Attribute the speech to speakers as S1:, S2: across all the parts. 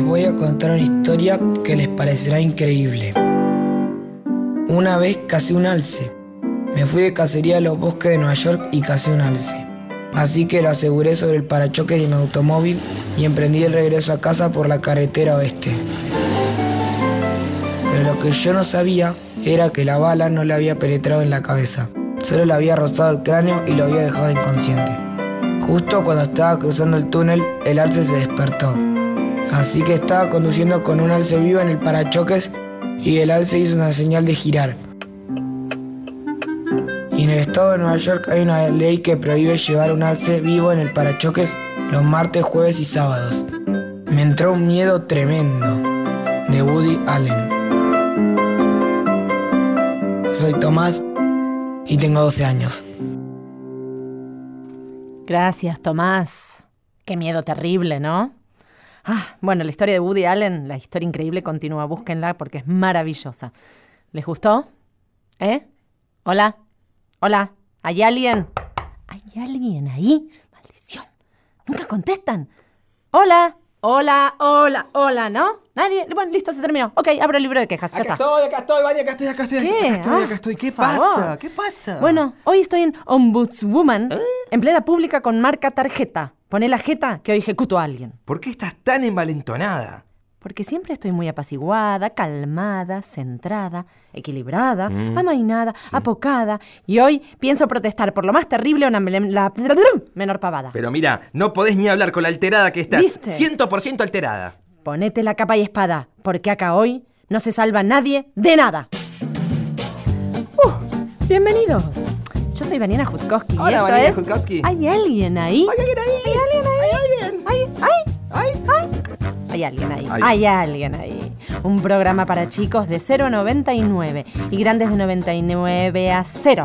S1: voy a contar una historia que les parecerá increíble. Una vez casé un alce. Me fui de cacería a los bosques de Nueva York y casé un alce. Así que lo aseguré sobre el parachoque de mi automóvil y emprendí el regreso a casa por la carretera oeste. Pero lo que yo no sabía era que la bala no le había penetrado en la cabeza. Solo le había rozado el cráneo y lo había dejado inconsciente. Justo cuando estaba cruzando el túnel, el alce se despertó. Así que estaba conduciendo con un alce vivo en el parachoques y el alce hizo una señal de girar. Y en el estado de Nueva York hay una ley que prohíbe llevar un alce vivo en el parachoques los martes, jueves y sábados. Me entró un miedo tremendo. De Woody Allen. Soy Tomás y tengo 12 años.
S2: Gracias, Tomás. Qué miedo terrible, ¿no? Ah, bueno, la historia de Woody Allen, la historia increíble continúa. Búsquenla porque es maravillosa. ¿Les gustó? ¿Eh? Hola. Hola. ¿Hay alguien? ¿Hay alguien ahí? Maldición. Nunca contestan. Hola. Hola, hola, hola, ¿no? Nadie. Bueno, listo, se terminó. Ok, abro el libro de quejas. Ya
S3: Acá
S2: está.
S3: estoy, acá estoy, Vani, acá estoy, acá estoy,
S2: ¿Qué?
S3: acá estoy,
S2: Ah,
S3: acá estoy. ¿Qué
S2: por favor.
S3: pasa? ¿Qué pasa?
S2: Bueno, hoy estoy en Ombudswoman,
S3: ¿Eh?
S2: empleada pública con marca tarjeta. Poné la jeta que hoy ejecuto a alguien.
S3: ¿Por qué estás tan envalentonada?
S2: Porque siempre estoy muy apaciguada, calmada, centrada, equilibrada,
S3: Mm.
S2: amainada, apocada. Y hoy pienso protestar por lo más terrible una mele- la, menor pavada.
S3: Pero mira, no podés ni hablar con la alterada que estás.
S2: ¿Viste?
S3: 100% alterada.
S2: Ponete la capa y espada, porque acá hoy no se salva nadie de nada. Uh, bienvenidos. Yo soy Vanina Jutkowski. y
S3: Hola,
S2: esto
S3: Vanina
S2: es...
S3: Jutkowski.
S2: ¿Hay alguien ahí?
S3: ¿Hay alguien ahí?
S2: ¿Hay alguien ahí?
S3: ¿Hay alguien?
S2: ¿Hay, hay,
S3: ¡Ay!
S2: hay alguien ahí.
S3: Hay.
S2: Hay alguien ahí. Un programa para chicos de 0 a 99 y grandes de 99 a 0.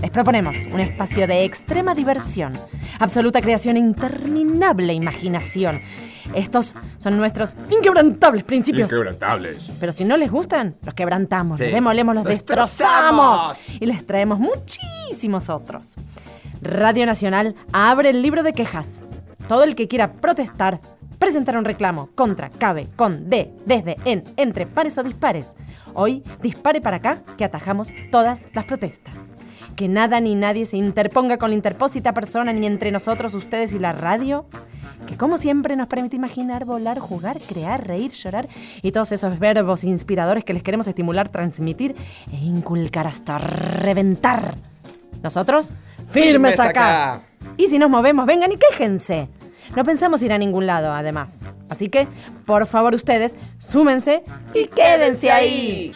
S2: Les proponemos un espacio de extrema diversión, absoluta creación e interminable imaginación. Estos son nuestros inquebrantables principios.
S4: Inquebrantables.
S2: Pero si no les gustan, los quebrantamos,
S3: Sí.
S2: los demolemos, los
S3: ¡Los
S2: destrozamos.
S3: destrozamos!
S2: Y les traemos muchísimos otros. Radio Nacional abre el libro de quejas. Todo el que quiera protestar, presentar un reclamo contra, cabe, con, de, desde, en, entre, pares o dispares. Hoy dispare para acá que atajamos todas las protestas. Que nada ni nadie se interponga con la interpósita persona ni entre nosotros, ustedes y la radio que como siempre nos permite imaginar, volar, jugar, crear, reír, llorar y todos esos verbos inspiradores que les queremos estimular, transmitir e inculcar hasta reventar. Nosotros, firmes
S3: Firmes
S2: acá.
S3: acá.
S2: Y si nos movemos, vengan y quéjense. No pensamos ir a ningún lado, además. Así que, por favor, ustedes, súmense y quédense ahí.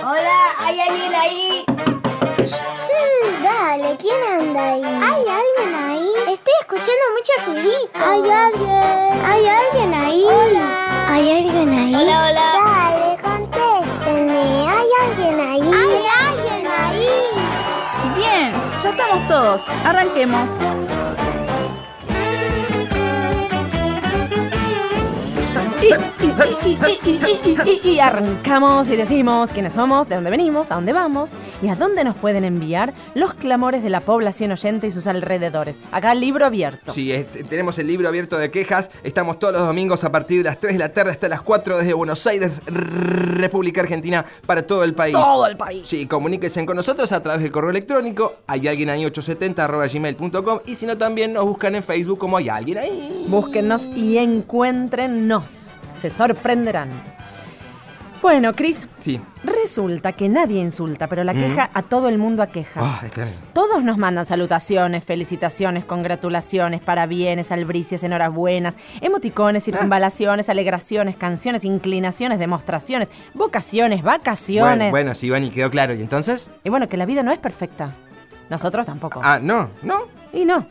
S5: Hola, ¿hay alguien ahí?
S6: Sí, dale, ¿quién anda ahí? ¿Hay alguien ahí? Estoy escuchando mucha ruidito. ¿Hay alguien? ¿Hay alguien ahí? Hola. ¿Hay alguien ahí? Hola, hola. Dale, contéstenme. ¿Hay alguien ahí? ¿Hay alguien ahí?
S7: Bien, ya estamos todos. Arranquemos.
S2: Y, y, y, y, y, y, y, y arrancamos y decimos quiénes somos, de dónde venimos, a dónde vamos y a dónde nos pueden enviar los clamores de la población oyente y sus alrededores. Acá libro abierto.
S3: Sí, este, tenemos el libro abierto de quejas. Estamos todos los domingos a partir de las 3 de la tarde hasta las 4 desde Buenos Aires, R- República Argentina, para todo el país.
S2: Todo el país.
S3: Sí, comuníquense con nosotros a través del correo electrónico hay alguien ahí 870.gmail.com y si no también nos buscan en Facebook como hay alguien ahí.
S2: Búsquennos y encuéntrennos. Se sorprenderán. Bueno, Cris,
S3: Sí.
S2: resulta que nadie insulta, pero la queja a todo el mundo aqueja.
S3: Ah, es tremendo.
S2: Todos nos mandan salutaciones, felicitaciones, congratulaciones, parabienes, albricias, enhorabuenas, emoticones, circunvalaciones, alegraciones, canciones, inclinaciones, demostraciones, vocaciones,
S3: Bueno,
S2: vacaciones.
S3: bueno, sí, Iván, y quedó claro. ¿Y entonces?
S2: Y bueno, que la vida no es perfecta. Nosotros tampoco.
S3: Ah, no, no.
S2: Y no.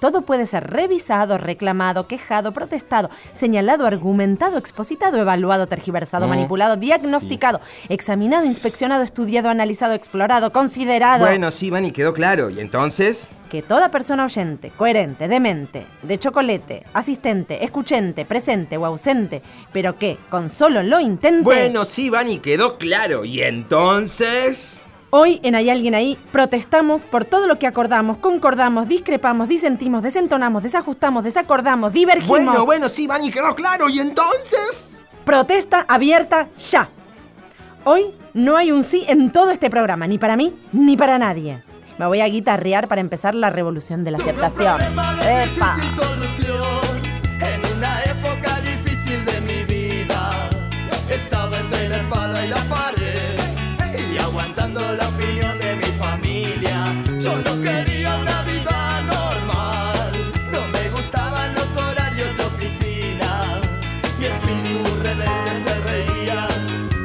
S2: Todo puede ser revisado, reclamado, quejado, protestado, señalado, argumentado, expositado, evaluado, tergiversado,
S3: Mm,
S2: manipulado, diagnosticado, examinado, inspeccionado, estudiado, analizado, explorado, considerado.
S3: Bueno, sí, Iván, y quedó claro. ¿Y entonces?
S2: que toda persona oyente, coherente, demente, de chocolate, asistente, escuchente, presente o ausente, pero que con solo lo intente,
S3: Bueno, sí, Iván, y quedó claro. ¿Y entonces?
S2: Hoy en Hay alguien ahí protestamos por todo lo que acordamos, concordamos, discrepamos, disentimos, desentonamos, desajustamos, desacordamos, divergimos.
S3: Bueno, bueno, sí, Vani, quedó claro. ¿Y entonces?
S2: Protesta abierta ya. Hoy no hay un sí en todo este programa, ni para mí ni para nadie. Me voy a guitarrear para empezar la revolución de la aceptación. ¡Epa!
S4: Sin solución, en una época difícil de mi vida, estaba entre la espada y la pared y aguantando la opinión de mi familia. Yo no quería una vida normal, no me gustaban los horarios de oficina. Mi espíritu rebelde se reía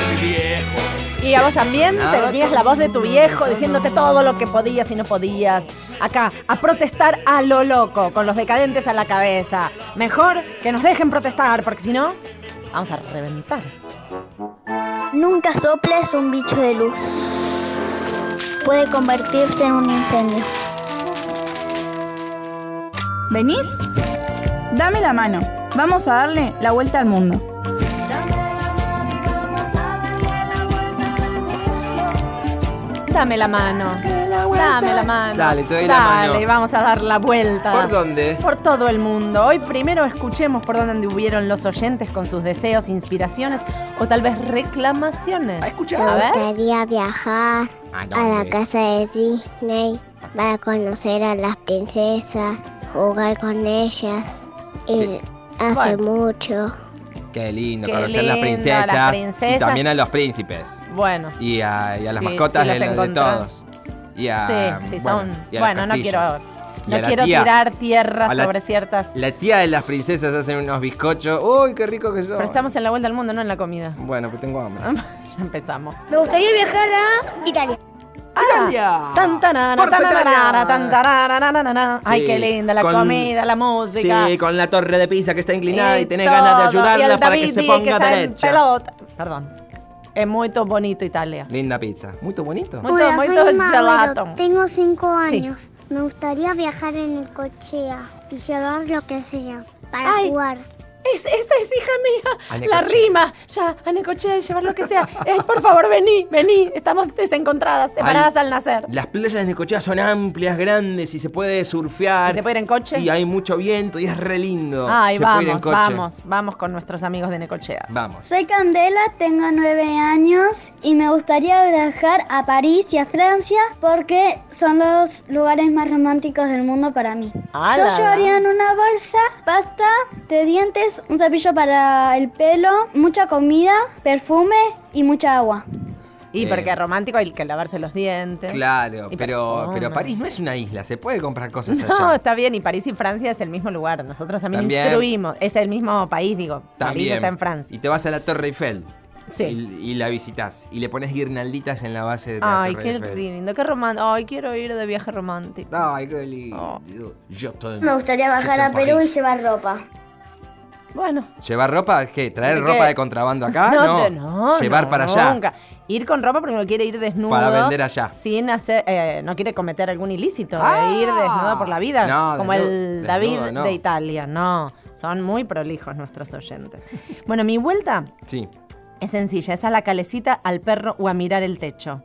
S4: mi viejo.
S2: Y a vos también
S3: Ah,
S2: te ponías la voz de tu viejo diciéndote todo lo que podías y no podías. Acá, a protestar a lo loco, con los decadentes a la cabeza. Mejor que nos dejen protestar, porque si no, vamos a reventar.
S6: Nunca soples un bicho de luz. Puede convertirse en un incendio.
S7: ¿Venís? Dame la mano. Vamos a darle la vuelta al mundo.
S2: Dame la mano. Dame la mano.
S3: Dale, te doy la
S2: Dale,
S3: mano.
S2: y vamos a dar la vuelta.
S3: ¿Por dónde?
S2: Por todo el mundo. Hoy primero escuchemos por dónde anduvieron los oyentes con sus deseos, inspiraciones o tal vez reclamaciones.
S3: A escuchar.
S6: Me
S2: A ver.
S6: gustaría viajar
S3: ¿A
S6: a
S3: dónde?
S6: la casa de Disney para conocer a las princesas, jugar con ellas. Y hace mucho.
S3: Qué lindo
S2: Qué
S3: conocer las
S2: lindo,
S3: princesas.
S2: las princesas.
S3: Y también a los príncipes.
S2: Bueno.
S3: Y a, y a las
S2: Sí,
S3: mascotas
S2: sí,
S3: de,
S2: las
S3: los- de
S2: encontrás.
S3: todos. Y a,
S2: Sí, sí,
S3: bueno,
S2: son.
S3: y a los
S2: Bueno, no
S3: castillos.
S2: quiero,
S3: Y
S2: no
S3: a la
S2: quiero
S3: tía.
S2: tirar tierra
S3: A la-
S2: sobre ciertas.
S3: La tía de las princesas hace unos bizcochos. ¡Uy, qué rico que son!
S2: Pero estamos en la vuelta al mundo, no en la comida.
S3: Bueno, pues tengo hambre.
S2: Ya empezamos.
S6: Me gustaría viajar a Italia.
S2: Ah,
S3: ¡Italia!
S2: Tan, tanana,
S3: ¡Forza
S2: tanana,
S3: Italia!
S2: tan, tarara, nanana. Ay,
S3: Sí,
S2: qué linda la
S3: con-
S2: comida, la música.
S3: Sí, con la torre de Pisa que está inclinada y, tenés
S2: todo.
S3: ganas de
S2: Y el
S3: ayudarla para que se
S2: Davidi
S3: ponga
S2: está en
S3: derecha.
S2: pelota. Perdón. Es muy bonito Italia.
S3: Linda pizza. Muy bonito.
S2: Muy to- muy to- gelato.
S6: Tengo cinco
S2: Sí.
S6: años. Me gustaría viajar en el cochea y llevar lo que sea para
S2: Ay.
S6: jugar.
S2: Es, esa es hija mía.
S3: Anecochea.
S2: La rima. Ya, Anecochea, llevar lo que sea. Ay, por favor, vení, vení. Estamos desencontradas, separadas
S3: Hay-
S2: al nacer.
S3: Las playas de Necochea son amplias, grandes y se puede surfear.
S2: ¿Y se puede ir en coche?
S3: Y hay mucho viento y es re lindo.
S2: Ay,
S3: se puede ir en
S2: vamos,
S3: coche.
S2: vamos, vamos con nuestros amigos de Necochea.
S3: Vamos.
S5: Soy Candela, tengo nueve años y me gustaría viajar a París y a Francia porque son los lugares más románticos del mundo para mí.
S2: Ah,
S5: Yo
S2: la, la.
S5: llevaría en una bolsa pasta de dientes, un cepillo para el pelo, mucha comida, perfume y mucha agua.
S2: Y
S3: Eh,
S2: porque es romántico hay que lavarse los dientes.
S3: Claro,
S2: Y
S3: pero,
S2: perfume.
S3: pero París no es una isla, se puede comprar cosas
S2: No,
S3: allá.
S2: está bien, y París y Francia es el mismo lugar. Nosotros también,
S3: También.
S2: instruimos. Es el mismo país, digo. París está en Francia.
S3: Y te vas a la Torre Eiffel.
S2: Sí.
S3: Y, y la visitas. Y le pones guirnalditas en la base de la
S2: Ay,
S3: Torre
S2: qué
S3: Eiffel.
S2: lindo, qué romántico. Ay, quiero ir de viaje romántico. Oh.
S3: Ay, qué lindo. Yo estoy-
S5: Me gustaría
S3: yo
S5: bajar
S3: estoy
S5: a
S3: en
S5: Perú y
S3: París.
S5: llevar ropa.
S2: Bueno.
S3: ¿Llevar ropa? ¿Qué? ¿Traer
S2: ¿Qué?
S3: ropa de contrabando acá?
S2: te- no,
S3: Llevar
S2: no,
S3: para allá.
S2: Nunca. Ir con ropa porque no quiere ir desnudo.
S3: Para vender allá.
S2: Sin hacer, eh, no quiere cometer algún ilícito
S3: Ah.
S2: de ir desnudo por la vida.
S3: No,
S2: como
S3: desnudo-
S2: el
S3: desnudo,
S2: David
S3: no.
S2: de Italia. No, son muy prolijos nuestros oyentes. bueno, mi vuelta
S3: Sí.
S2: es sencilla. Es a la calecita, al perro o a mirar el techo.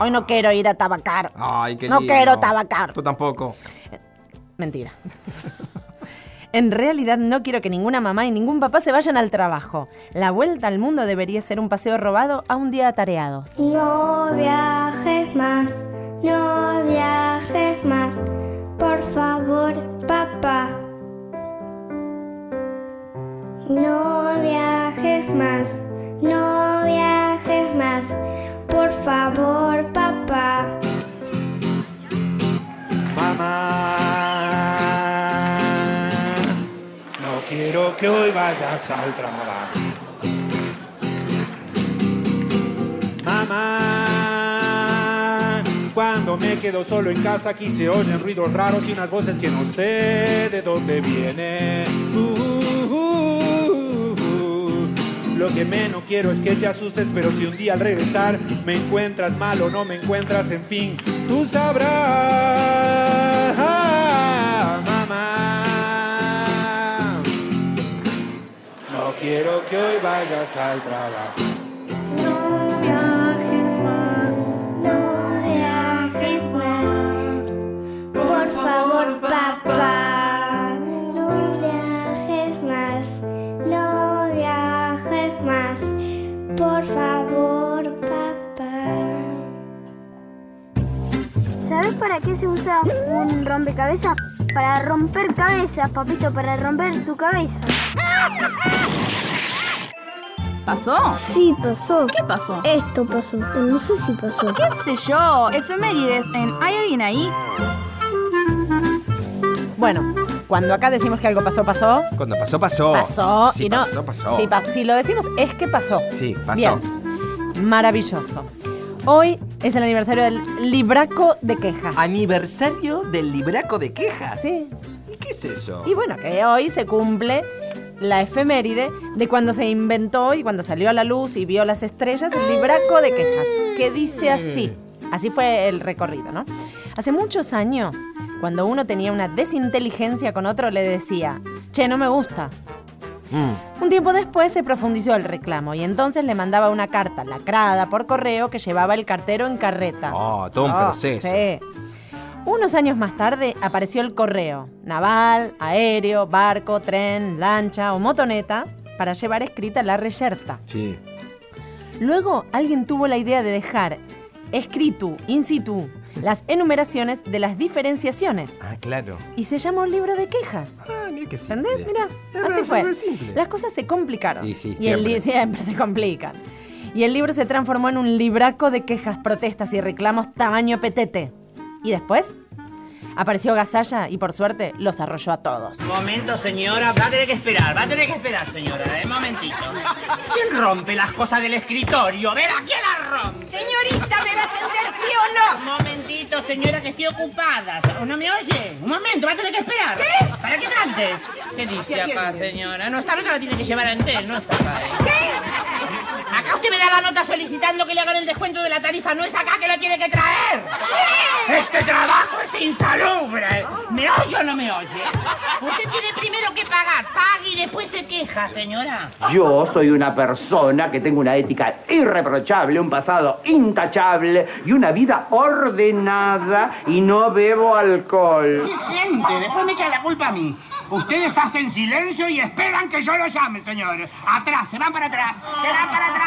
S2: Hoy no quiero ir a tabacar.
S3: Ah. Ay, qué
S2: No
S3: lindo.
S2: quiero tabacar.
S3: Tú tampoco.
S2: Mentira. En realidad no quiero que ninguna mamá y ningún papá se vayan al trabajo. La vuelta al mundo debería ser un paseo robado a un día atareado.
S5: No viajes más, no viajes más, por favor, papá. No viajes más, no viajes más, por favor, papá.
S4: Mamá, no
S8: deseo que hoy vayas al trabajo. Mamá, cuando me quedo solo en casa aquí se oyen ruidos raros y unas voces que no sé de dónde vienen. Uh, uh, uh. Lo que menos quiero es que te asustes, pero si un día al regresar me encuentras mal o no me encuentras, en fin, tú sabrás, mamá. No quiero que hoy vayas al trabajo.
S6: Por favor, papá, no viajes más, no viajes más. Por favor, papá.
S5: ¿Sabes para qué se usa un rompecabezas? Para romper cabezas, papito, para romper tu cabeza.
S7: ¿Pasó?
S5: Sí, pasó.
S7: ¿Qué pasó?
S5: Esto pasó. No sé si pasó.
S7: ¿Qué sé yo? Efemérides en ¿Hay alguien ahí?
S2: Bueno, cuando acá decimos que algo pasó, pasó.
S3: Cuando pasó, pasó.
S2: Pasó
S3: Sí,
S2: y no.
S3: Pasó, pasó.
S2: Si, pa- si lo decimos, es que pasó.
S3: Sí, pasó.
S2: Bien. Maravilloso. Hoy es el aniversario del libraco de quejas.
S3: Aniversario del libraco de quejas.
S2: Sí.
S3: ¿Y qué es eso?
S2: Y bueno, que hoy se cumple la efeméride de cuando se inventó y cuando salió a la luz y vio las estrellas el libraco de quejas, que dice así. Así fue el recorrido, ¿no? Hace muchos años, cuando uno tenía una desinteligencia con otro, le decía, che, no me gusta. Un tiempo después se profundizó el reclamo y entonces le mandaba una carta lacrada por correo que llevaba el cartero en carreta.
S3: Ah, todo un
S2: Ah,
S3: proceso.
S2: sí. Unos años más tarde apareció el correo, naval, aéreo, barco, tren, lancha o motoneta, para llevar escrita la reyerta.
S3: Sí.
S2: Luego alguien tuvo la idea de dejar escrito, in situ, las enumeraciones de las diferenciaciones.
S3: Ah, claro.
S2: Y se llama un libro de quejas.
S3: Ah, mira que sí.
S2: ¿Entendés? Mirá, así fue. Las cosas se complicaron.
S3: Y sí,
S2: el li-
S3: siempre.
S2: siempre se complican. Y el libro se transformó en un libraco de quejas, protestas y reclamos tamaño petete. Y después apareció Gazalla y por suerte los arrolló a todos.
S9: Momento, señora. Va a tener que esperar, va a tener que esperar, señora. Un momentito. ¿Quién rompe las cosas del escritorio? Ver, ¿a quién la rompe? Señorita, ¿me va a atender sí o no? Momentito, señora, que estoy ocupada. ¿O ¿No me oye? Un momento, va a tener que esperar. ¿Qué? ¿Para qué trates? ¿Qué dice acá, señora? No, esta nota la tiene que llevar Antel, no es acá. ¿Qué? Acá usted me da la nota solicitando que le hagan el descuento de la tarifa. No es acá que la tiene que traer. Este trabajo es insalubre. ¿Me oye o no me oye? Usted tiene primero que pagar. Pague y después se queja, señora.
S10: Yo soy una persona que tengo una ética irreprochable, un pasado intachable y una vida ordenada y no bebo alcohol.
S9: Gente, después me echa la culpa a mí. Ustedes hacen silencio y esperan que yo los llame, señores. Atrás, se van para atrás. Se van para atrás.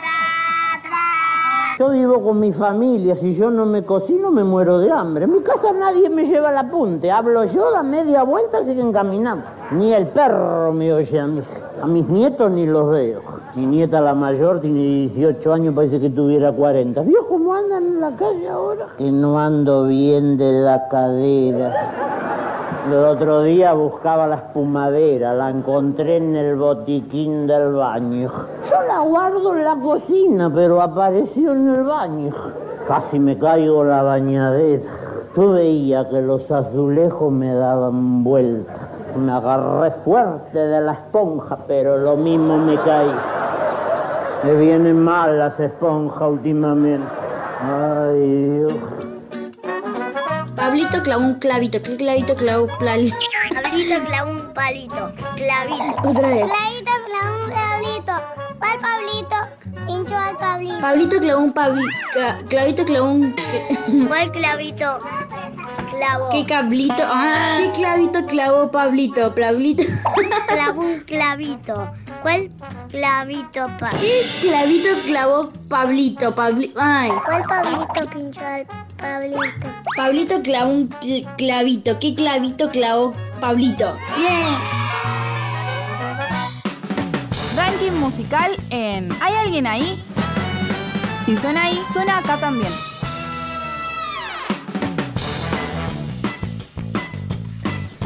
S9: Para atrás.
S10: Yo vivo con mi familia, si yo no me cocino me muero de hambre. En mi casa nadie me lleva la punta, hablo yo, da media vuelta, siguen caminando. Ni el perro me oye a mí. A mis nietos ni los veo. Mi nieta la mayor tiene 18 años, parece que tuviera 40. ¿Vio cómo andan en la calle ahora? Que no ando bien de la cadera. El otro día buscaba la espumadera, la encontré en el botiquín del baño. Yo la guardo en la cocina, pero apareció en el baño. Casi me caigo la bañadera. Yo veía que los azulejos me daban vuelta. Me agarré fuerte de la esponja, pero lo mismo me caí. Me vienen mal las esponjas últimamente. Ay, Dios.
S5: Pablito clavó un clavito, que clavito clavó un palito.
S6: Palito clavó un palito. Clavito.
S5: Otra vez.
S6: Clavito clavó un clavito. ¿Cuál Pablito? Pincho al Pablito.
S5: Pablito clavó un pavi, ca- clavito clavó un que-
S6: ¿Cuál clavito? Clavó.
S5: qué cablito, ah, qué clavito clavó Pablito, Pablito,
S6: Clavó un clavito. ¿Cuál clavito, pa?
S5: qué clavito clavó Pablito, Pabli, ay,
S6: ¿Cuál Pablito pinchó al Pablito?
S5: Pablito clavó un cl- clavito, qué clavito clavó Pablito, bien.
S7: Ranking musical en ¿Hay alguien ahí? Si suena ahí, suena acá también.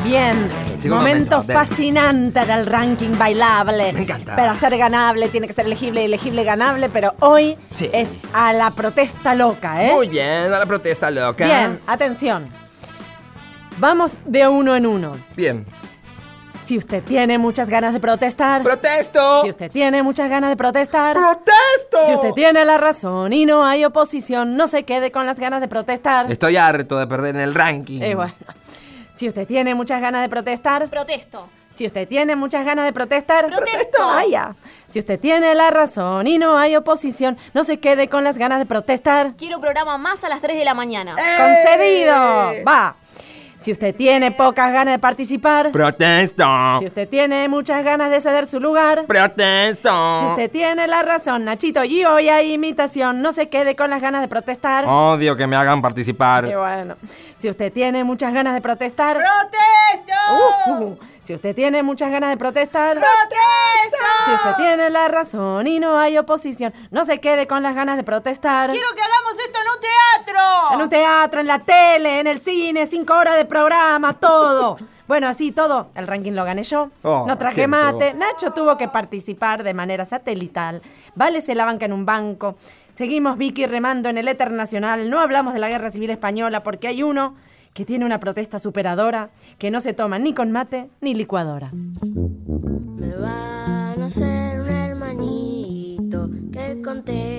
S2: Bien,
S3: llegó el
S2: momento,
S3: momento, ven.
S2: fascinante del ranking bailable.
S3: Me encanta.
S2: Para ser ganable tiene que ser elegible, elegible, ganable, pero hoy
S3: Sí.
S2: es a la protesta loca, ¿eh?
S3: Muy bien, a la protesta loca.
S2: Bien, atención. Vamos de uno en uno.
S3: Bien.
S2: Si usted tiene muchas ganas de protestar.
S3: ¡Protesto!
S2: Si usted tiene muchas ganas de protestar.
S3: ¡Protesto!
S2: Si usted tiene la razón y no hay oposición, no se quede con las ganas de protestar.
S3: Estoy harto de perder en el ranking.
S2: Ah. Eh, bueno. Si usted tiene muchas ganas de protestar.
S11: Protesto.
S2: Si usted tiene muchas ganas de protestar,
S11: ¡Protesto!
S2: vaya. Si usted tiene la razón y no hay oposición, no se quede con las ganas de protestar.
S11: Quiero programa más a las 3 de la mañana.
S2: ¡Eh! ¡Concedido! Va. Si usted tiene pocas ganas de participar,
S3: ¡Protesto!
S2: si usted tiene muchas ganas de ceder su lugar,
S3: ¡Protesto!
S2: si usted tiene la razón, Nachito, y hoy hay imitación, no se quede con las ganas de protestar.
S3: Odio que me hagan participar.
S2: Y bueno, si usted tiene muchas ganas de protestar,
S11: ¡Protesto!
S2: Uh, si usted tiene muchas ganas de protestar,
S11: ¡Protesto!
S2: Si usted tiene la razón y no hay oposición, no se quede con las ganas de protestar.
S11: que hagamos esto en un teatro.
S2: En un teatro, en la tele, en el cine, cinco horas de programa, todo. Bueno, así todo. El ranking lo gané yo.
S3: Oh,
S2: no traje
S3: siempre
S2: mate. Nacho tuvo que participar de manera satelital. Vale se la banca en un banco. Seguimos Vicky remando en el éter nacional. No hablamos de la guerra civil española porque hay uno que tiene una protesta superadora que no se toma ni con mate ni licuadora.
S12: Me van a hacer un hermanito, qué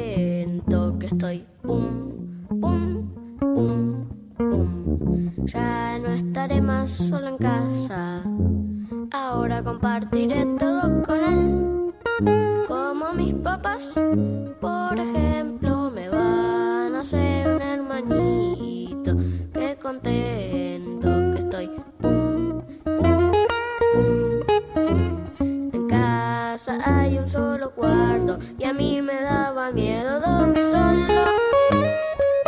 S12: contento que estoy. Pum, pum, pum, pum. Ya no estaré más solo en casa, ahora compartiré todo con él. Como mis papás, por ejemplo, me van a hacer un hermanito, qué contento que estoy. En casa hay un solo cuarto y a mí me daba miedo dormir solo.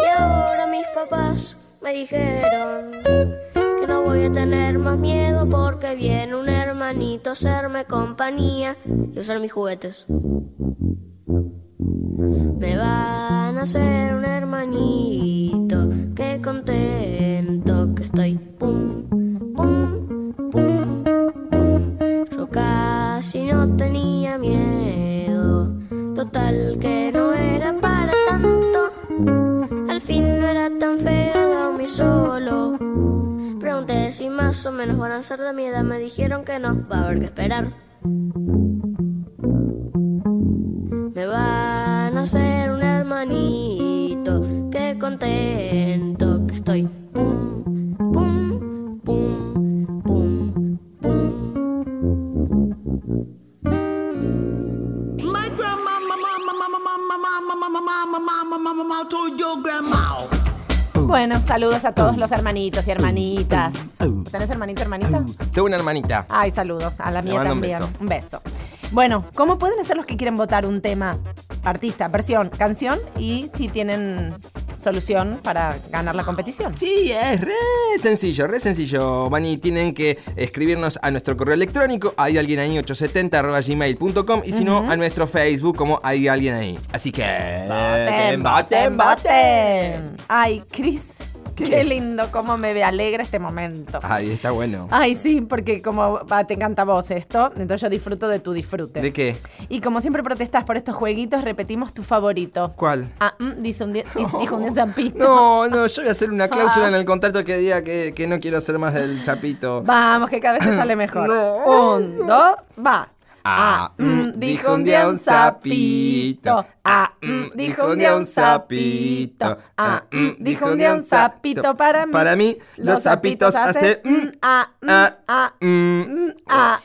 S12: Y ahora mis papás me dijeron que no voy a tener más miedo porque viene un hermanito a hacerme compañía y usar mis juguetes. Me van a hacer un hermanito, qué contento que estoy. Pum, pum, pum, pum. Yo casi no tenía miedo, total que no era para tanto. Al fin no era tan feo dormir solo. Pregunté si más o menos van a ser de mi edad, me dijeron que no, va a haber que esperar. Me van a hacer un hermanito, qué contento que estoy. Pum, pum, pum, pum, pum.
S13: My grandma, ma, ma, ma, ma, ma, ma, ma, ma, ma, ma, ma, ma, ma, ma, ma, ma, ma, told your grandma.
S2: Bueno, saludos a todos los hermanitos y hermanitas. ¿Tenés hermanito, hermanita?
S3: Tengo una hermanita.
S2: Ay, saludos a la
S3: Le
S2: mía
S3: mando un
S2: también.
S3: beso.
S2: Un beso. Bueno, ¿cómo pueden hacer los que quieren votar un tema, artista, versión, canción y si tienen solución para ganar la competición?
S3: Sí, es re sencillo, re sencillo, Mani. Tienen que escribirnos a nuestro correo electrónico, hay alguien ahí 870 arroba gmail.com y si no,
S2: Ujú.
S3: a nuestro Facebook como hay alguien ahí. Así que... eh,
S2: ¡Voten, voten, voten! Ay, Cris, ¿Qué? lindo, cómo me alegra este momento.
S3: Ay, está bueno.
S2: Ay, sí, porque como va, te encanta a vos esto, entonces yo disfruto de tu disfrute.
S3: ¿De qué?
S2: Y como siempre protestas por estos jueguitos, repetimos tu favorito.
S3: ¿Cuál?
S2: Ah, mm, dice un día, dijo un día Zampito.
S3: No, no, yo voy a hacer una cláusula
S2: Ah.
S3: en el contrato que diga que, que no quiero hacer más del sapito.
S2: Vamos, que cada vez te sale mejor. un, dos, va.
S3: Ah, mm,
S2: dijo un día un sapito. Ah, mm, dijo un día un sapito. Ah, mm, dijo un día un sapito para mí.
S3: Para mí, los sapitos hace... mm,
S2: ah, mm,
S3: ah,
S2: ah,
S3: mm.
S2: mm, ah.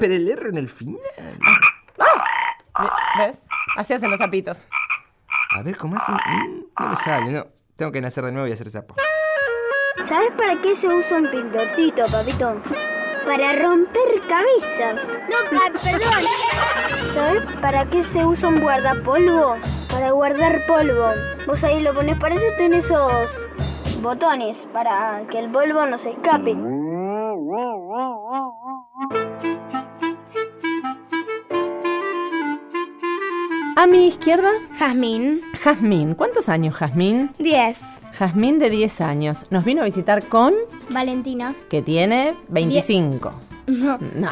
S3: Pero el error en el final.
S2: Ah, ¿Ves? Así hacen los sapitos.
S3: A ver, ¿cómo hacen? Mm, No me sale, no. Tengo que nacer de nuevo y hacer sapo.
S5: ¿Sabes para qué se usa un pindotito, papito? Para romper cabezas. No, perdón. ¿Sabes para qué se usa un guardapolvo? Para guardar polvo. Vos ahí lo pones, para eso tenés esos botones, para que el polvo no se escape.
S2: A mi izquierda,
S14: Jazmín.
S2: Jazmín. ¿Cuántos años, Jazmín?
S14: Diez.
S2: Jazmín de 10 años nos vino a visitar con
S14: Valentina.
S2: que tiene 25.
S14: No.
S2: No.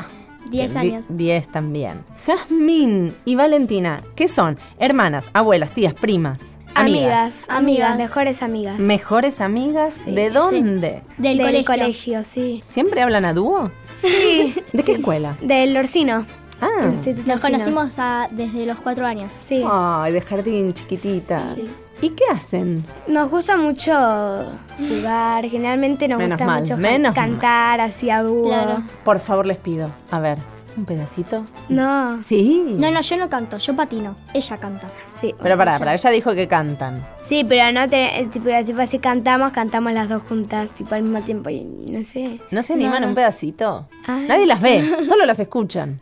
S14: 10
S2: Die-
S14: años.
S2: 10 también. Jazmín y Valentina, ¿qué son? Hermanas, abuelas, tías, primas.
S14: Amigas, amigas, mejores
S2: amigas. ¿Mejores amigas? ¿De
S14: Sí.
S2: dónde?
S14: Del, colegio.
S2: sí. ¿Siempre hablan a dúo?
S14: Sí.
S2: ¿De qué escuela?
S14: Del Orsino.
S2: Ah.
S14: Nos conocimos a- desde los cuatro años. Sí.
S2: Ay, de jardín, chiquititas.
S14: Sí.
S2: ¿Y qué hacen?
S14: Nos gusta mucho jugar, generalmente
S2: nos Menos gusta mal, mucho menos mal.
S14: cantar así a dúo.
S2: Por favor, les pido. A ver, un pedacito.
S14: No.
S2: Sí.
S14: No, no, yo no canto, yo patino. Ella canta. Sí.
S2: Pero pará, pará, ella dijo que cantan.
S14: Sí, pero no te, eh, tipo, tipo, si cantamos, cantamos las dos juntas, tipo al mismo tiempo y no sé.
S2: ¿No se animan
S14: No, no.
S2: un pedacito?
S14: Ay.
S2: Nadie las ve, solo las escuchan.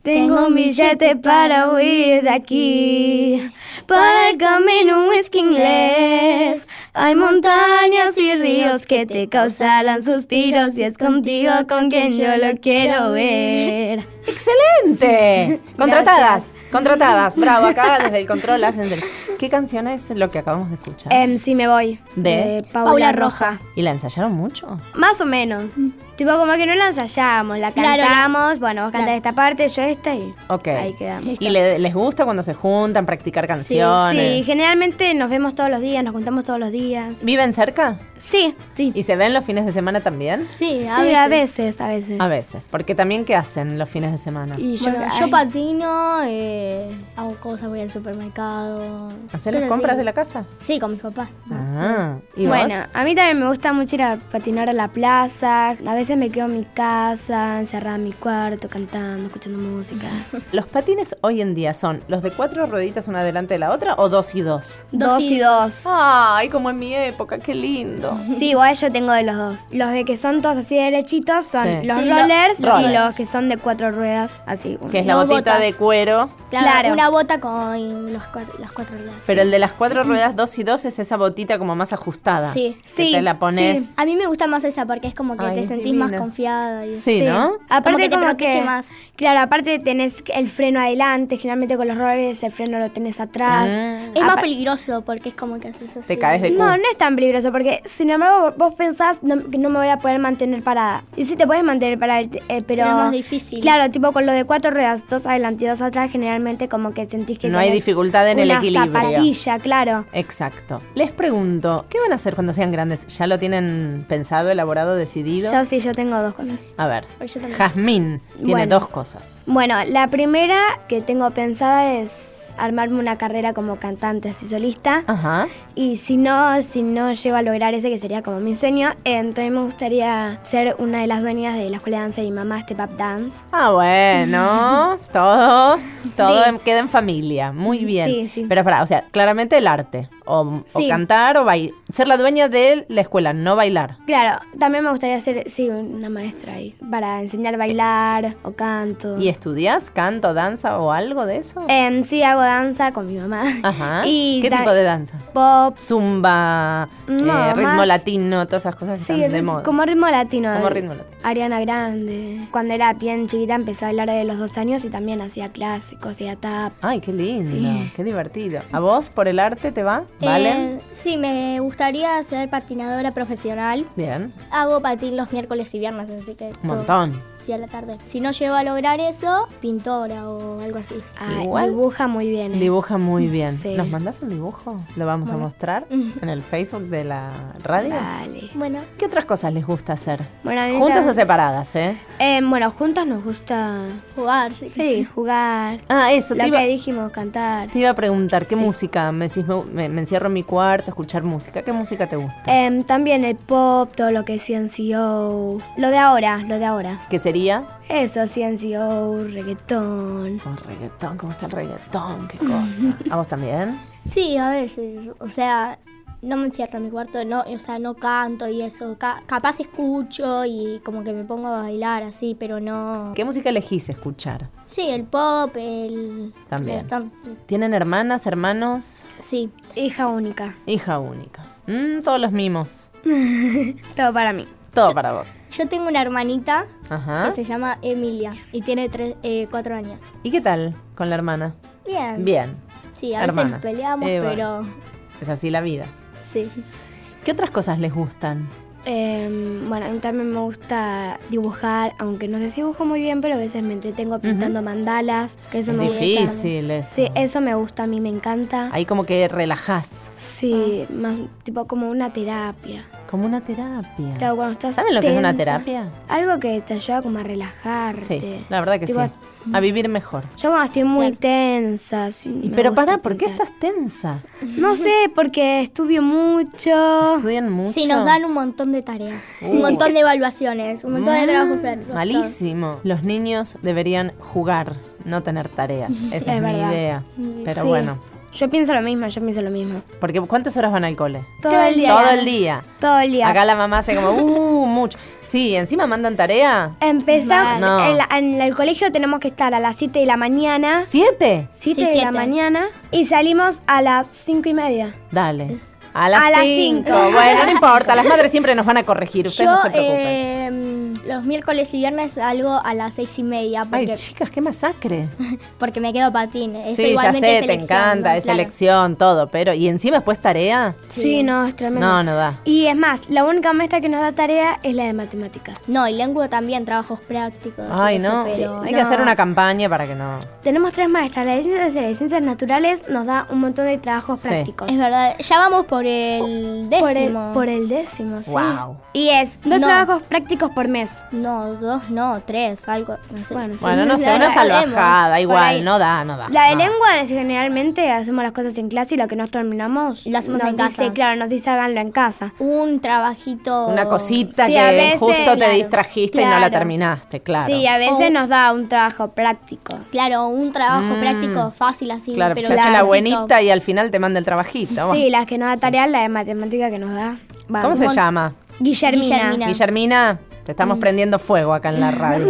S14: Tengo un billete para huir de aquí, para el camino whisky inglés. Hay montañas y ríos que te causarán suspiros y es contigo con quien yo lo quiero ver.
S2: ¡Excelente! Contratadas,
S14: Gracias.
S2: contratadas. Bravo, acá desde el control hacen. del- ¿Qué canción es lo que acabamos de escuchar?
S14: Em, sí, me voy.
S2: De-
S14: Eh, De Paula,
S2: Paula
S14: Roja.
S2: ¿Y la ensayaron mucho?
S14: Más o menos. Tipo, como que no la ensayamos, la
S2: Claro, la-
S14: cantamos. Bueno, vos cantás esta parte, yo esta y.
S2: Ok.
S14: Ahí quedamos.
S2: ¿Y le- les gusta cuando se juntan, practicar
S14: Sí,
S2: canciones?
S14: sí, generalmente nos vemos todos los días, nos juntamos todos los días.
S2: ¿Viven cerca?
S14: Sí, sí.
S2: ¿Y se ven los fines de semana también?
S14: Sí, a veces, a veces.
S2: A veces, porque también ¿qué hacen los fines de semana?
S14: Y yo-
S15: Bueno,
S14: ay.
S15: yo patino, eh, hago cosas, voy al supermercado.
S2: ¿Hacer las compras de la casa?
S15: Sí, con mis papás.
S2: Ah, ¿y
S14: bueno,
S2: vos?
S14: a mí también me gusta mucho ir a patinar a la plaza. A veces me quedo en mi casa, encerrada en mi cuarto, cantando, escuchando música.
S2: ¿Los patines hoy en día son los de cuatro rueditas una delante de la otra o dos y dos?
S14: Dos y dos.
S2: Ay, como en mi época, qué lindo.
S14: Sí, igual yo tengo de los dos. Los de que son todos así derechitos son
S2: Sí.
S14: los
S2: Sí, lo-
S14: rollers y
S2: rollers.
S14: los que son de cuatro ruedas, así.
S2: Que es la
S14: Dos
S2: botita
S14: botas.
S2: de cuero.
S15: Claro,
S14: Claro.
S15: una bota con los cuatro, las cuatro ruedas.
S2: Pero el de las cuatro ruedas dos y dos es esa botita como más ajustada.
S15: Sí,
S2: Que te la pones.
S15: sí. A mí me gusta más esa porque es como que
S2: Ay,
S15: te
S2: es
S15: sentís
S2: divina.
S15: más confiada. Y
S2: Sí, ¿no?
S14: Aparte
S15: que te
S14: como
S15: protege
S14: que-
S15: más.
S14: Claro, aparte tenés el freno adelante, generalmente con los rollers el freno lo tenés atrás.
S15: Ah. Es más
S14: peligroso porque es como que haces así.
S2: Te caes de
S14: No,
S2: cu.
S14: no es tan peligroso porque sin embargo vos pensás no- que no me voy a poder mantener parada. Y sí te puedes mantener parada, eh, pero...
S15: es más difícil.
S14: Claro, tipo con lo de cuatro ruedas, dos adelante y dos atrás, generalmente como que sentís que
S2: No hay
S14: tenés
S2: dificultad en el
S14: una
S2: equilibrio.
S14: zapatilla, claro.
S2: Exacto. Les pregunto, ¿qué van a hacer cuando sean grandes? ¿Ya lo tienen pensado, elaborado, decidido?
S14: Yo sí, yo tengo dos cosas.
S2: A ver.
S14: Yo también.
S2: Jazmín tiene
S14: Bueno.
S2: dos cosas.
S14: Bueno, la primera que tengo pensada es armarme una carrera como cantante así solista.
S2: Ajá.
S14: Y si no, si no llego a lograr ese que sería como mi sueño, eh, también me gustaría ser una de las dueñas de la escuela de danza de mi mamá, Step Up Dance.
S2: Ah, bueno, todo, todo
S14: Sí.
S2: en- queda en familia, muy bien.
S14: Sí, sí.
S2: Pero para, o sea, claramente el arte, o, o
S14: Sí.
S2: cantar o bailar, ser la dueña de la escuela, no bailar.
S14: Claro, también me gustaría ser, sí, una maestra ahí, para enseñar a bailar o canto.
S2: ¿Y estudias canto, danza o algo de eso?
S14: Em, sí, hago danza con mi mamá.
S2: Ajá.
S14: y
S2: ¿Qué
S14: da-
S2: tipo de danza?
S14: Pop.
S2: Zumba,
S14: No,
S2: eh, ritmo
S14: más-
S2: latino, todas esas cosas que
S14: Sí,
S2: están de
S14: ri-
S2: moda.
S14: como ritmo latino.
S2: Como
S14: eh,
S2: ritmo latino.
S14: Ariana Grande. Cuando era bien chiquita empecé a bailar de los dos años y también hacía clásicos, hacía tap.
S2: Ay, qué lindo, qué divertido. ¿A vos por el arte te va? ¿Valen?
S15: Eh, sí, me gustaría ser patinadora profesional.
S2: Bien,
S15: Hago patín los miércoles y viernes, así que...
S2: un
S15: todo-
S2: montón.
S15: Sí, a la tarde. Si no llego a lograr eso, pintora o algo así.
S2: Ah, Igual.
S14: Dibuja muy bien. eh.
S2: Dibuja muy bien.
S14: Sí.
S2: ¿Nos mandás un dibujo? Lo vamos
S14: Bueno.
S2: a mostrar en el Facebook de la radio.
S14: Dale.
S15: Bueno.
S2: ¿Qué otras cosas les gusta hacer?
S14: Bueno, a mí
S2: ¿Juntas
S14: tam-
S2: o separadas, eh?
S14: Eh, bueno, juntas nos gusta
S15: jugar.
S14: Sí, jugar.
S2: Ah, eso,
S14: Lo
S2: te iba-
S14: que dijimos, cantar.
S2: Te iba a preguntar, ¿qué música? Me decís, me, me- me encierro en mi cuarto a escuchar música. ¿Qué música te gusta?
S14: Em, también el pop, todo lo que es CNCO. Lo de ahora, lo de ahora.
S2: ¿Qué sería?
S14: Eso, CNCO, reggaetón.
S2: Con reggaetón, ¿cómo está el reggaetón? ¿Qué cosa? ¿A vos también?
S15: Sí, a veces. O sea, no me encierro en mi cuarto, no, o sea, no canto y eso. Ca- capaz escucho y como que me pongo a bailar así, pero no.
S2: ¿Qué música elegís escuchar?
S15: Sí, el pop, el.
S2: También.
S15: reggaetón, sí.
S2: ¿Tienen hermanas, hermanos?
S15: Sí.
S14: Hija única.
S2: Hija única. Mm, todos los mimos.
S14: Todo para mí.
S2: Todo para vos.
S15: Yo tengo una hermanita
S2: Ajá.
S15: que se llama Emilia y tiene tres, eh, cuatro años.
S2: ¿Y qué tal con la hermana?
S15: Bien.
S14: Em,
S2: Bien.
S15: Sí, a
S2: Hermana.
S15: veces peleamos,
S2: Eh, bueno.
S15: pero
S2: Es así la vida.
S15: sí.
S2: ¿Qué otras cosas les gustan?
S14: Eh, bueno, a mí también me gusta dibujar, aunque no sé si dibujo muy bien, pero a veces me entretengo pintando mandalas. Que eso
S2: Es
S14: me gusta.
S2: difícil eso.
S14: Sí, eso me gusta, a mí me encanta.
S2: Ahí como que relajás.
S14: Sí, más tipo como una terapia.
S2: Como una terapia.
S14: Claro, cuando estás
S2: ¿Saben lo que es una
S14: tensa,
S2: terapia?
S14: Algo que te ayuda como a relajarte.
S2: Sí, la verdad que
S14: Tipo, mm.
S2: sí. A vivir mejor.
S14: Yo cuando estoy muy tensa. sí, me
S2: Pero
S14: gusta
S2: pará, ¿por qué
S14: pintar.
S2: estás tensa?
S14: No sé, porque estudio mucho.
S2: Estudian mucho.
S15: Sí, nos dan un montón de tareas, un
S2: Uh.
S15: montón de evaluaciones, un montón de
S2: Mm,
S15: trabajos prácticos.
S2: Malísimo. Los niños deberían jugar, no tener tareas. Esa es,
S14: Es
S2: mi
S14: verdad. Mm,
S2: idea. Pero
S14: Sí.
S2: bueno.
S14: Yo pienso lo mismo, yo pienso lo mismo.
S2: Porque ¿cuántas horas van al cole?
S14: Todo el día.
S2: Todo el día.
S14: Todo el día.
S2: Acá la mamá hace como, uh, mucho. Sí, encima mandan tarea.
S14: Empezamos,
S2: No.
S14: en, la- en el colegio tenemos que estar a las 7 de la mañana.
S2: ¿Siete?
S14: 7
S2: Sí,
S14: de
S2: siete.
S14: la mañana. Y salimos a las 5 y media.
S2: Dale. A las
S14: A las
S2: cinco.
S14: cinco.
S2: Bueno, no importa. Las madres siempre nos van a corregir. Ustedes
S15: Yo
S2: no se preocupen.
S15: eh, los miércoles y viernes salgo a las seis y media. Porque,
S2: chicas, qué masacre.
S15: Porque me quedo patín. Eso
S2: sí, ya sé,
S15: igualmente es
S2: te
S15: elección,
S2: encanta,
S15: ¿no?
S2: es
S15: Claro.
S2: elección, todo. Pero, ¿y encima después tarea?
S14: Sí, no, es tremendo.
S2: No, no da.
S14: Y es más, la única maestra que nos da tarea es la de matemáticas.
S15: No, y lengua también, trabajos prácticos.
S2: Ay, no. Hay que hacer una campaña para que no.
S14: Tenemos tres maestras, la de ciencias sociales y ciencias naturales nos da un montón de trabajos
S2: Sí.
S14: prácticos.
S15: Es verdad, ya vamos por el décimo.
S14: Por el, por el décimo, sí.
S2: Wow.
S14: Y es dos
S15: No.
S14: trabajos prácticos por mes.
S15: No, dos, no, tres, algo. No sé. Bueno,
S2: Bueno, no sé, una salvajada, igual, no da, no da.
S14: La de
S2: no.
S14: lengua es generalmente hacemos las cosas en clase y lo que nos terminamos lo
S15: hacemos
S14: nos
S15: en
S14: dice,
S15: casa.
S14: claro, nos dice háganlo en casa.
S15: Un trabajito.
S2: Una cosita
S14: Sí,
S2: que
S14: a veces,
S2: justo te
S14: claro,
S2: distrajiste y no la
S14: claro.
S2: terminaste, claro.
S14: Sí, a veces
S15: O-
S14: nos da un trabajo práctico.
S15: Claro, un trabajo
S2: Mm.
S15: práctico fácil así.
S2: claro,
S15: pero
S2: se hace la
S15: larguito.
S2: buenita y al final te manda el trabajito.
S14: Sí,
S2: bueno.
S14: las que nos da tarea, la de matemática que nos da. va,
S2: ¿Cómo
S14: un
S2: se
S14: mon-
S2: llama?
S14: Guillermina. Mm.
S2: Guillermina, te estamos prendiendo fuego acá en la radio.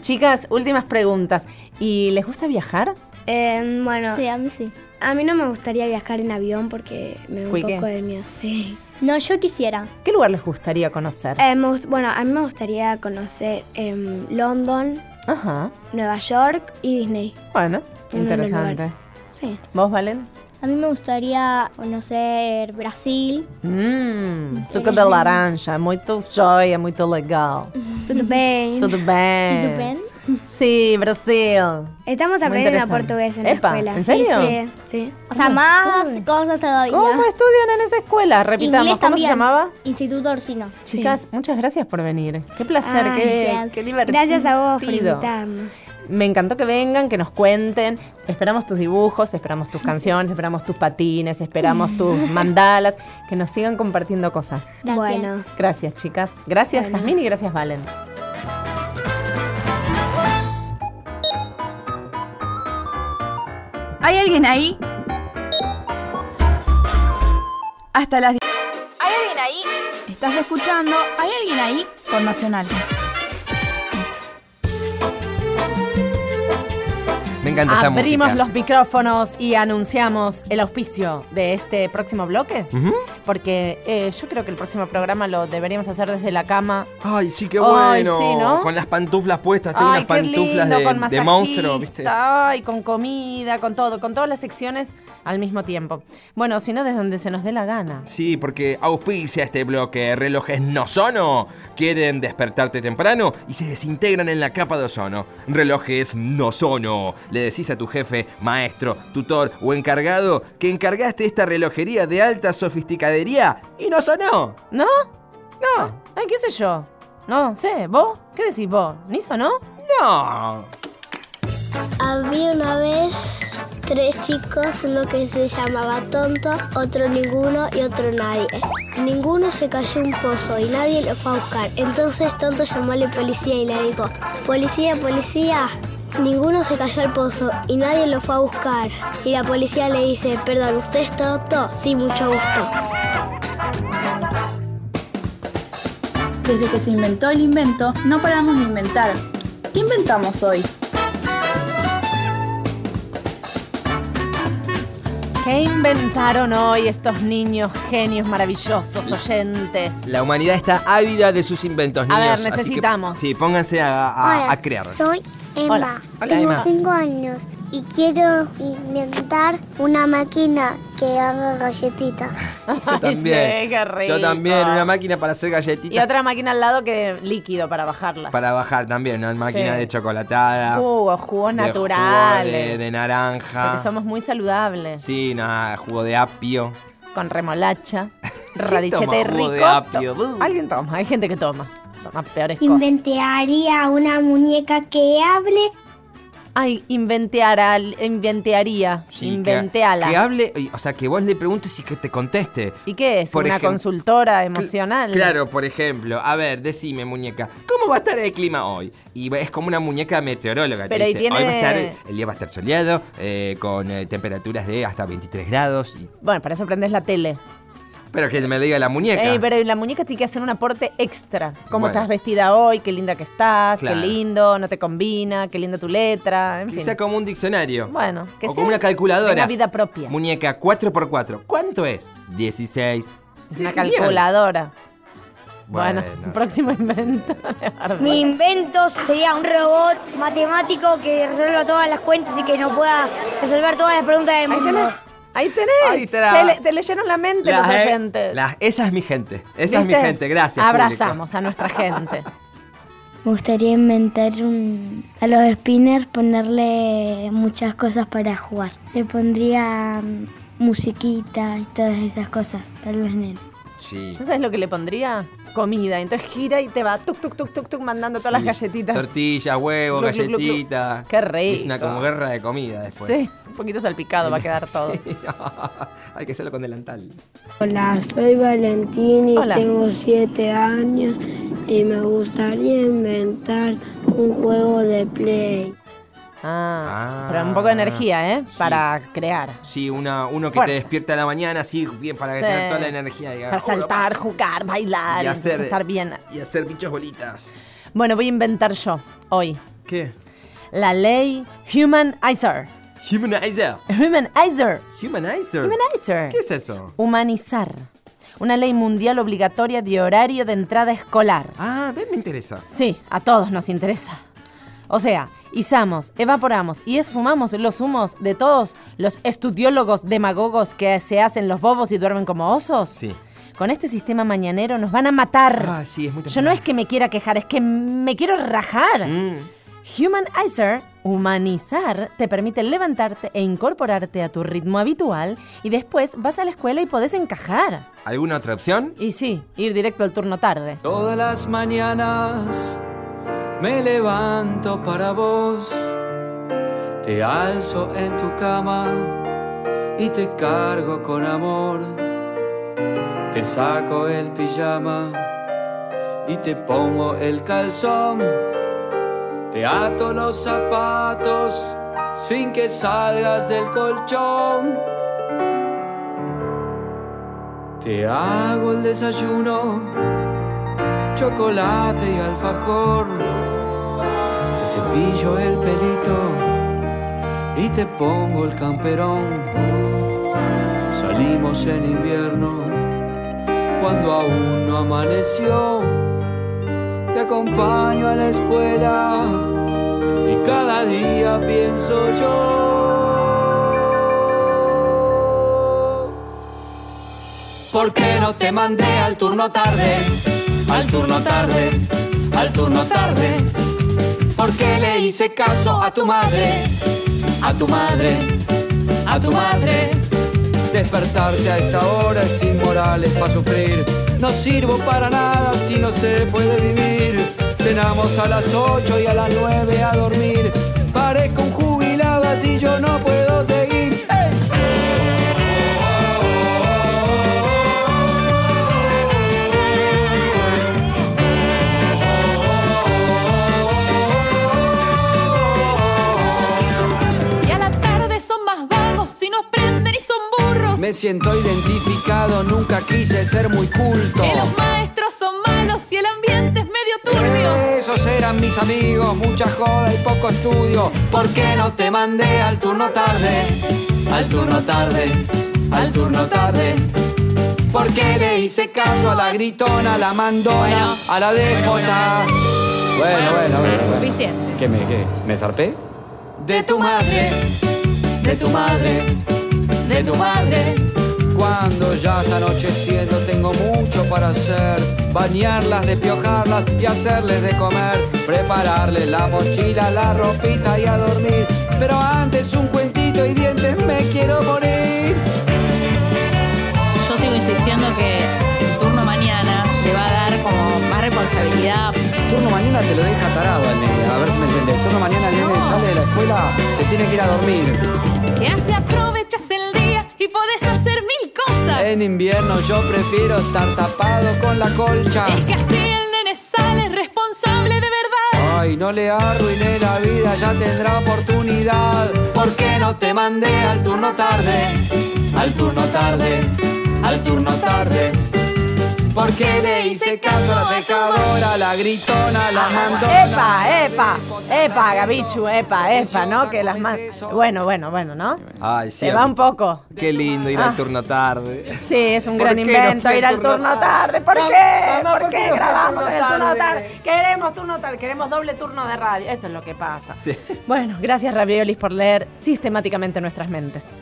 S2: Chicas, últimas preguntas. ¿Y les gusta viajar?
S14: Eh, bueno.
S15: Sí, a mí sí.
S14: A mí no me gustaría viajar en avión porque me da un
S2: ¿Cuique?
S14: poco de miedo. Sí.
S15: No, yo quisiera.
S2: ¿Qué lugar les gustaría conocer?
S14: Eh, me gust- bueno, a mí me gustaría conocer em, London,
S2: Ajá.
S14: Nueva York y Disney.
S2: Bueno,
S14: Uno de los
S2: interesante.
S14: Sí.
S2: ¿Vos, Valen?
S15: A mí me gustaría conocer Brasil.
S2: Mmm, suco de laranja, muito joia, muito legal.
S14: Tudo bem.
S2: Tudo bem.
S14: Tudo bem?
S2: Sí, Brasil.
S14: Estamos
S2: Muy
S14: aprendiendo
S2: interesante.
S14: portugués en la
S2: Epa,
S14: escuela.
S2: ¿en serio?
S14: Sí, sí. sí.
S15: O sea, más cosas todavía.
S2: ¿Cómo estudian en esa escuela? Repitamos,
S15: Inglés
S2: ¿cómo
S15: también.
S2: se llamaba?
S15: Instituto Orsino.
S2: Chicas, muchas gracias por venir. Qué placer,
S15: Ay,
S2: qué,
S15: gracias.
S2: qué divertido.
S14: Gracias a vos por invitarnos.
S2: Me encantó que vengan, que nos cuenten. Esperamos tus dibujos, esperamos tus canciones, esperamos tus patines,
S14: Mm.
S2: esperamos tus mandalas, que nos sigan compartiendo cosas.
S14: Bueno.
S2: Gracias, chicas. Gracias,
S14: Bueno.
S2: Jasmine, y gracias, Valen.
S7: ¿Hay alguien ahí? Hasta las 10. ¿Hay alguien ahí? Estás escuchando ¿Hay alguien ahí? por Nacional.
S3: Me encanta esta
S2: Abrimos
S3: música.
S2: los micrófonos y anunciamos el auspicio de este próximo bloque.
S3: Ujú.
S2: Porque eh, yo creo que el próximo programa lo deberíamos hacer desde la cama.
S3: Ay, sí, qué bueno.
S2: Ay, sí, ¿no?
S3: Con las pantuflas puestas,
S2: Ay,
S3: tengo unas
S2: qué
S3: pantuflas
S2: lindo,
S3: de-
S2: con
S3: de,
S2: masajista,
S3: monstruo, ¿viste?
S2: Ay, con comida, con todo, con todas las secciones al mismo tiempo. Bueno, si no, desde donde se nos dé la gana.
S3: Sí, porque auspicia este bloque. Relojes no sono. Quieren despertarte temprano y se desintegran en la capa de ozono. Relojes no sono. Le decís a tu jefe, maestro, tutor o encargado que encargaste esta relojería de alta sofisticadería y no sonó.
S2: ¿No? No. Ay, qué sé yo. No, sé, ¿vos? ¿Qué decís vos? ¿Niso no?
S3: No.
S16: Había una vez tres chicos, uno que se llamaba tonto, otro ninguno y otro nadie. Ninguno se cayó a un pozo y nadie lo fue a buscar. Entonces tonto llamó a la policía y le dijo, policía, policía. Ninguno se cayó al pozo y nadie lo fue a buscar. Y la policía le dice, perdón, ¿usted es tonto? Sí, mucho gusto.
S17: Desde que se inventó el invento, no paramos de inventar. ¿Qué inventamos hoy?
S2: ¿Qué inventaron hoy estos niños genios maravillosos oyentes?
S3: La humanidad está ávida de sus inventos,
S2: A
S3: niños.
S2: ver,
S3: así que-
S2: necesitamos.
S3: sí, pónganse a, a- a crear.
S6: Soy
S2: Emma, Hola. Hola, tengo Emma. cinco
S5: años y quiero inventar una máquina que haga galletitas.
S3: Yo también.
S2: sí, qué rico.
S3: Yo también, una máquina para hacer galletitas.
S2: Y otra máquina al lado que líquido para bajarlas.
S3: Para bajar también, una máquina
S2: Sí.
S3: de chocolatada.
S2: Jugos, jugos
S3: de jugo
S2: naturales.
S3: De, ah. de naranja.
S2: Porque somos muy saludables.
S3: Sí, nada, jugo de apio.
S2: Con remolacha,
S3: toma
S2: radichete y
S3: jugo de
S2: rico.
S3: apio?
S2: Alguien toma, hay gente que toma. Toma peores cosas.
S5: Inventaría una muñeca que hable.
S2: Ay, inventeara, inventearía,
S3: Y que-
S2: inventeala.
S3: Que hable, y- o sea, que vos le preguntes y que te conteste.
S2: ¿Y qué es?
S3: Por
S2: ¿Una
S3: ejem-
S2: consultora emocional?
S3: Claro, por ejemplo, a ver, decime, muñeca, ¿cómo va a estar el clima hoy? Y es como una muñeca meteoróloga.
S2: Pero
S3: te
S2: ahí
S3: dice,
S2: tiene-
S3: hoy va a estar, el día va a estar soleado, eh, con eh, temperaturas de hasta 23 grados. y-
S2: Bueno, para eso prendes la tele.
S3: pero que me lo diga la muñeca.
S2: Ey, pero la muñeca tiene que hacer un aporte extra. ¿Cómo
S3: Bueno.
S2: estás vestida hoy? ¿Qué linda que estás?
S3: Claro.
S2: ¿Qué lindo? ¿No te combina? ¿Qué linda tu letra? En
S3: que
S2: fin.
S3: sea como un diccionario.
S2: Bueno, que
S3: o
S2: sea
S3: como una calculadora.
S2: Una vida propia.
S3: Muñeca 4x4. ¿Cuánto es? 16.
S2: una
S3: genial.
S2: calculadora.
S3: Bueno,
S2: Bueno, próximo invento.
S18: Mi invento sería un robot matemático que resuelva todas las cuentas y que no pueda resolver todas las preguntas del mundo.
S2: Ahí tenés.
S18: Ahí
S3: está.
S2: Te, le- te leyeron la mente
S3: Las-
S2: los oyentes.
S3: eh, las- esa es mi gente. Esa es mi
S2: ¿Viste?
S3: gente. Gracias.
S2: Abrazamos a nuestra gente.
S6: Me gustaría inventar un... A los spinners ponerle muchas cosas para jugar. Le pondría mm, musiquita y todas esas cosas para los nenes.
S3: público. Sí.
S2: ¿Yo sabes lo que le pondría? Comida. Entonces gira y te va tuk, tuk, tuk, tuk, tuk, mandando todas las
S3: Sí.
S2: galletitas.
S3: Tortillas, huevos,
S2: Glu, glu, glu, glu.
S3: galletitas.
S2: Qué
S3: Es una
S2: rico.
S3: como guerra de comida después.
S2: Sí, un poquito salpicado va a quedar todo.
S3: Hay que hacerlo con delantal.
S19: Hola, soy Valentín y
S2: Hola.
S19: tengo 7 años y me gustaría inventar un juego de play.
S2: Ah, pero un poco de energía, ¿eh? Para crear.
S3: Sí, una, uno que
S2: Fuerza.
S3: te despierta a la mañana, así, bien, para
S2: Sí.
S3: tener toda la energía. y-
S2: Para saltar, jugar, bailar,
S3: Y
S2: y
S3: hacer-
S2: estar bien.
S3: Y hacer bichos bolitas.
S2: Bueno, voy a inventar yo hoy
S3: ¿Qué?
S2: la ley Humanizer.
S3: Humanizer.
S2: Humanizer.
S3: Humanizer.
S2: Humanizer.
S3: ¿Qué es eso?
S2: Humanizar. Una ley mundial obligatoria de horario de entrada escolar.
S3: Ah, ven, me interesa.
S2: Sí, a todos nos interesa. O sea, izamos, evaporamos y esfumamos los humos de todos los estudiólogos demagogos que se hacen los bobos y duermen como osos.
S3: Sí.
S2: Con este sistema mañanero nos van a matar.
S3: Ah, sí, es muy
S2: Yo no es que me quiera quejar, es que me quiero rajar.
S3: Mm.
S2: Humanizer, humanizar, te permite levantarte e incorporarte a tu ritmo habitual y después vas a la escuela y podés encajar.
S3: ¿Alguna otra opción?
S2: Y sí, ir directo al turno tarde.
S20: Todas las mañanas me levanto para vos, te alzo en tu cama y te cargo con amor, te saco el pijama y te pongo el calzón, te ato los zapatos sin que salgas del colchón. Te hago el desayuno chocolate y alfajor. Te cepillo el pelito y te pongo el camperón. Salimos en invierno cuando aún no amaneció. Te acompaño a la escuela y cada día pienso yo. ¿Por qué no te mandé al turno tarde? al turno tarde, al turno tarde. Porque le hice caso a tu madre, a tu madre, a tu madre. Despertarse a esta hora es inmoral, es para sufrir. No sirvo para nada si no se puede vivir. Cenamos a las 8 y a las 9 a dormir. Parezco un jubilado así yo no puedo seguir.
S13: Y a la tarde son más vagos si nos prenden y son burros.
S20: Me siento identificado, nunca quise ser muy culto.
S13: Que los maestros son malos y el ambiente es medio turbio.
S20: Esos eran mis amigos, mucha joda y poco estudio. ¿Por qué no te mandé al turno tarde? Al turno tarde, al turno tarde. ¿Por qué le hice caso a la gritona, a la mandona, a la déspota? Bueno, bueno, bueno. bueno.
S7: Suficiente.
S20: ¿Qué me, qué? ¿Me zarpé? De tu madre, de tu madre, de tu madre. Cuando ya está anocheciendo tengo mucho para hacer. Bañarlas, despiojarlas y hacerles de comer. Prepararles la mochila, la ropita y a dormir. Pero antes un cuentito y dientes me quiero morir.
S7: Yo sigo insistiendo que el turno mañana le va a dar como más responsabilidad.
S20: Turno mañana te lo deja tarado al nene, a ver si me entendés. Turno mañana el nene sale de la escuela, se tiene que ir a dormir.
S7: ¿Qué hace? Aprovechas el día y podés hacer mil cosas.
S20: En invierno yo prefiero estar tapado con la colcha.
S7: Casi el nene sale responsable de verdad.
S20: Ay, no le arruiné la vida, ya tendrá oportunidad. ¿Por qué no te mandé al turno tarde? Al turno tarde, al turno tarde. ¿Por qué le hice caso a la secadora, a la gritona, a la mandona?
S2: Epa, epa, epa, Gabichu, epa, epa, ¿no? Que las man- Bueno, bueno, bueno, ¿no?
S3: Ay,
S2: Se va un poco.
S3: Qué lindo ir al
S2: Ah.
S3: turno tarde.
S2: Sí, es un
S3: ¿Por
S2: gran
S3: qué no
S2: invento
S3: fue
S2: ir al
S3: turno
S2: turno tarde.
S3: tarde?
S2: ¿Por
S3: Mamá,
S2: qué?
S3: mamá,
S2: ¿Por
S3: ¿por qué no
S2: qué
S3: fue
S2: grabamos
S3: turno
S2: el turno
S3: tarde?
S2: tarde? Queremos turno tarde, queremos doble turno de radio. Eso es lo que pasa. Bueno, gracias Raviolis por leer sistemáticamente nuestras mentes.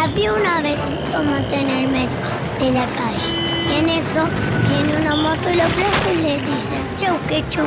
S6: Había una vez un en el metro de la calle. Y en eso tiene una moto y lo aplasta y le dice, chau, que chau.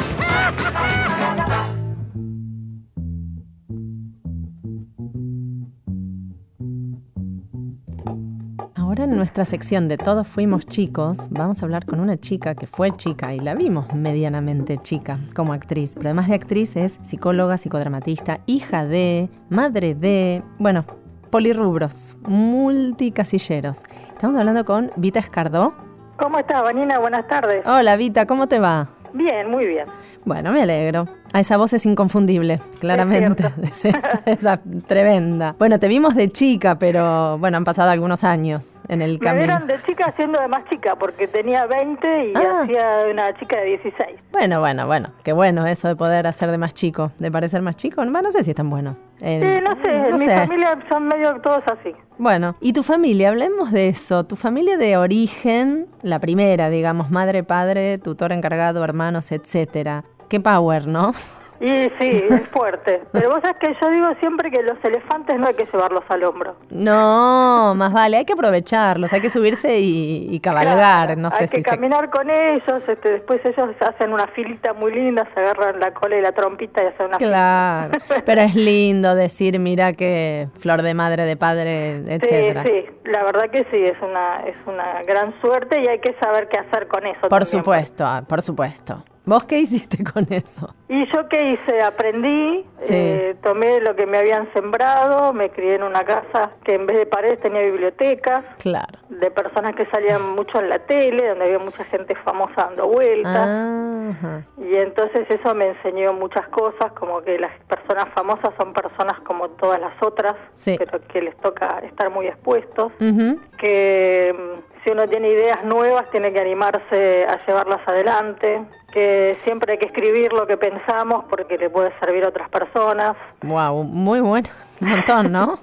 S2: Ahora en nuestra sección de Todos Fuimos Chicos, vamos a hablar con una chica que fue chica y la vimos medianamente chica como actriz. Pero además de actriz es psicóloga, psicodramatista, hija de, madre de, bueno, polirrubros, multicasilleros. Estamos hablando con Vita Escardó.
S21: ¿Cómo estás, Vanina? Buenas tardes.
S2: Hola Vita, ¿cómo te va?
S21: Bien, muy bien.
S2: Bueno, me alegro. A esa voz es inconfundible, claramente. Esa- esa tremenda. Bueno, te vimos de chica, pero bueno, han pasado algunos años en el
S21: Me
S2: camino. Ah.
S21: vieron de chica siendo de más chica, porque tenía 20 y hacía una chica de 16.
S2: Bueno, bueno, bueno. Qué bueno eso de poder hacer de más chico, de parecer más chico. Bueno, no sé si es tan bueno. Eh,
S21: Sí, no sé, en
S2: no
S21: mi
S2: sé.
S21: familia son medio todos así.
S2: Bueno, y tu familia, hablemos de eso. Tu familia de origen, la primera, digamos, madre, padre, tutor encargado, hermanos, etcétera. Qué power, ¿no?
S21: Y sí, es fuerte. Pero vos sabés que yo digo siempre que los elefantes no hay que llevarlos al hombro.
S2: No, más vale, hay que aprovecharlos, hay que subirse y, y cabalgar. No sé
S21: hay
S2: si
S21: que
S2: se
S21: caminar con ellos, este, después ellos hacen una filita muy linda, se agarran la cola y la trompita y hacen una
S2: Claro, pero es lindo decir, mira que flor de madre, de padre, etcétera.
S21: Sí, sí, la verdad que sí, es una, es una gran suerte y hay que saber qué hacer con eso.
S2: Por
S21: también.
S2: supuesto, ah, por supuesto. ¿Vos qué hiciste con eso?
S21: ¿Y yo qué hice? Aprendí,
S2: Sí.
S21: eh, tomé lo que me habían sembrado, me crié en una casa que en vez de paredes tenía bibliotecas,
S2: Claro.
S21: de personas que salían mucho en la tele, donde había mucha gente famosa dando vueltas.
S2: Ah. Ajá.
S21: Y entonces eso me enseñó muchas cosas, como que las personas famosas son personas como todas las otras,
S2: Sí.
S21: pero que les toca estar muy expuestos.
S2: Ujú.
S21: que mm, si uno tiene ideas nuevas tiene que animarse a llevarlas adelante, que siempre hay que escribir lo que pensamos porque le puede servir a otras personas,
S2: Wow, muy bueno, un montón, ¿no?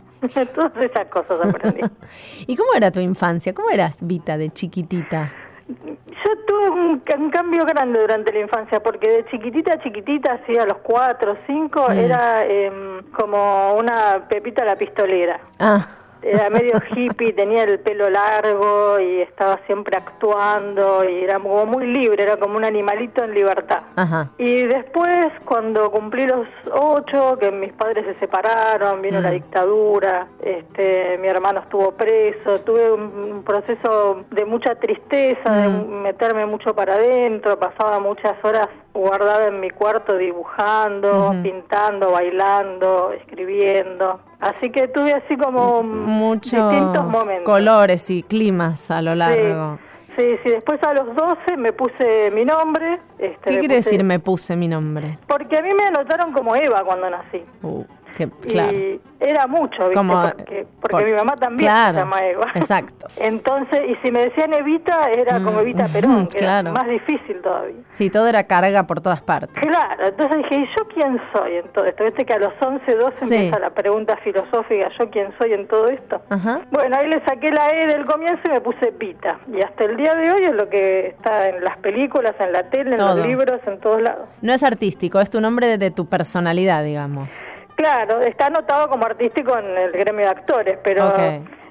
S21: todas esas cosas aprendí.
S2: ¿Y cómo era tu infancia? ¿Cómo eras Vita de chiquitita?
S21: Yo tuve un, ca- un cambio grande durante la infancia porque de chiquitita a chiquitita, así a los cuatro o cinco,
S2: Mm.
S21: era em, como una pepita la pistolera.
S2: Ah,
S21: Era medio hippie, tenía el pelo largo y estaba siempre actuando y era como muy libre, era como un animalito en libertad.
S2: ajá.
S21: Y después, cuando cumplí los ocho, que mis padres se separaron, vino
S2: Mm.
S21: la dictadura, este, mi hermano estuvo preso, tuve un, un proceso de mucha tristeza, de
S2: Mm.
S21: meterme mucho para adentro, pasaba muchas horas guardada en mi cuarto dibujando,
S2: Ujú.
S21: pintando, bailando, escribiendo. Así que tuve así como
S2: Mm. Muchos
S21: distintos momentos.
S2: colores y climas a lo largo.
S21: Sí, sí, después a los 12 me puse mi nombre. Este,
S2: ¿Qué
S21: me
S2: quiere
S21: puse-
S2: decir me puse mi nombre?
S21: Porque a mí me anotaron como Eva cuando nací.
S2: Uh, qué, claro.
S21: Y era mucho, ¿viste?
S2: Como-
S21: porque porque
S2: por-
S21: mi mamá también
S2: claro,
S21: se llama Eva.
S2: exacto. Mm,
S21: Entonces, y si me decían Evita, era como Evita Perón, que
S2: claro.
S21: era más difícil todavía.
S2: Sí, todo era carga por todas partes.
S21: Claro, entonces dije, ¿y yo quién soy en todo esto? Viste que a los 11, 12
S2: Sí.
S21: empieza la pregunta filosófica, ¿yo quién soy en todo esto?
S2: Ajá.
S21: Bueno, ahí le saqué la E del comienzo y me puse Pita. Y hasta el día de hoy es lo que está en las películas, en la tele, en
S2: Todo.
S21: los libros, en todos lados.
S2: No es artístico, es tu nombre de, de tu personalidad, digamos.
S21: Claro, está anotado como artístico en el gremio de actores, pero
S2: Ok.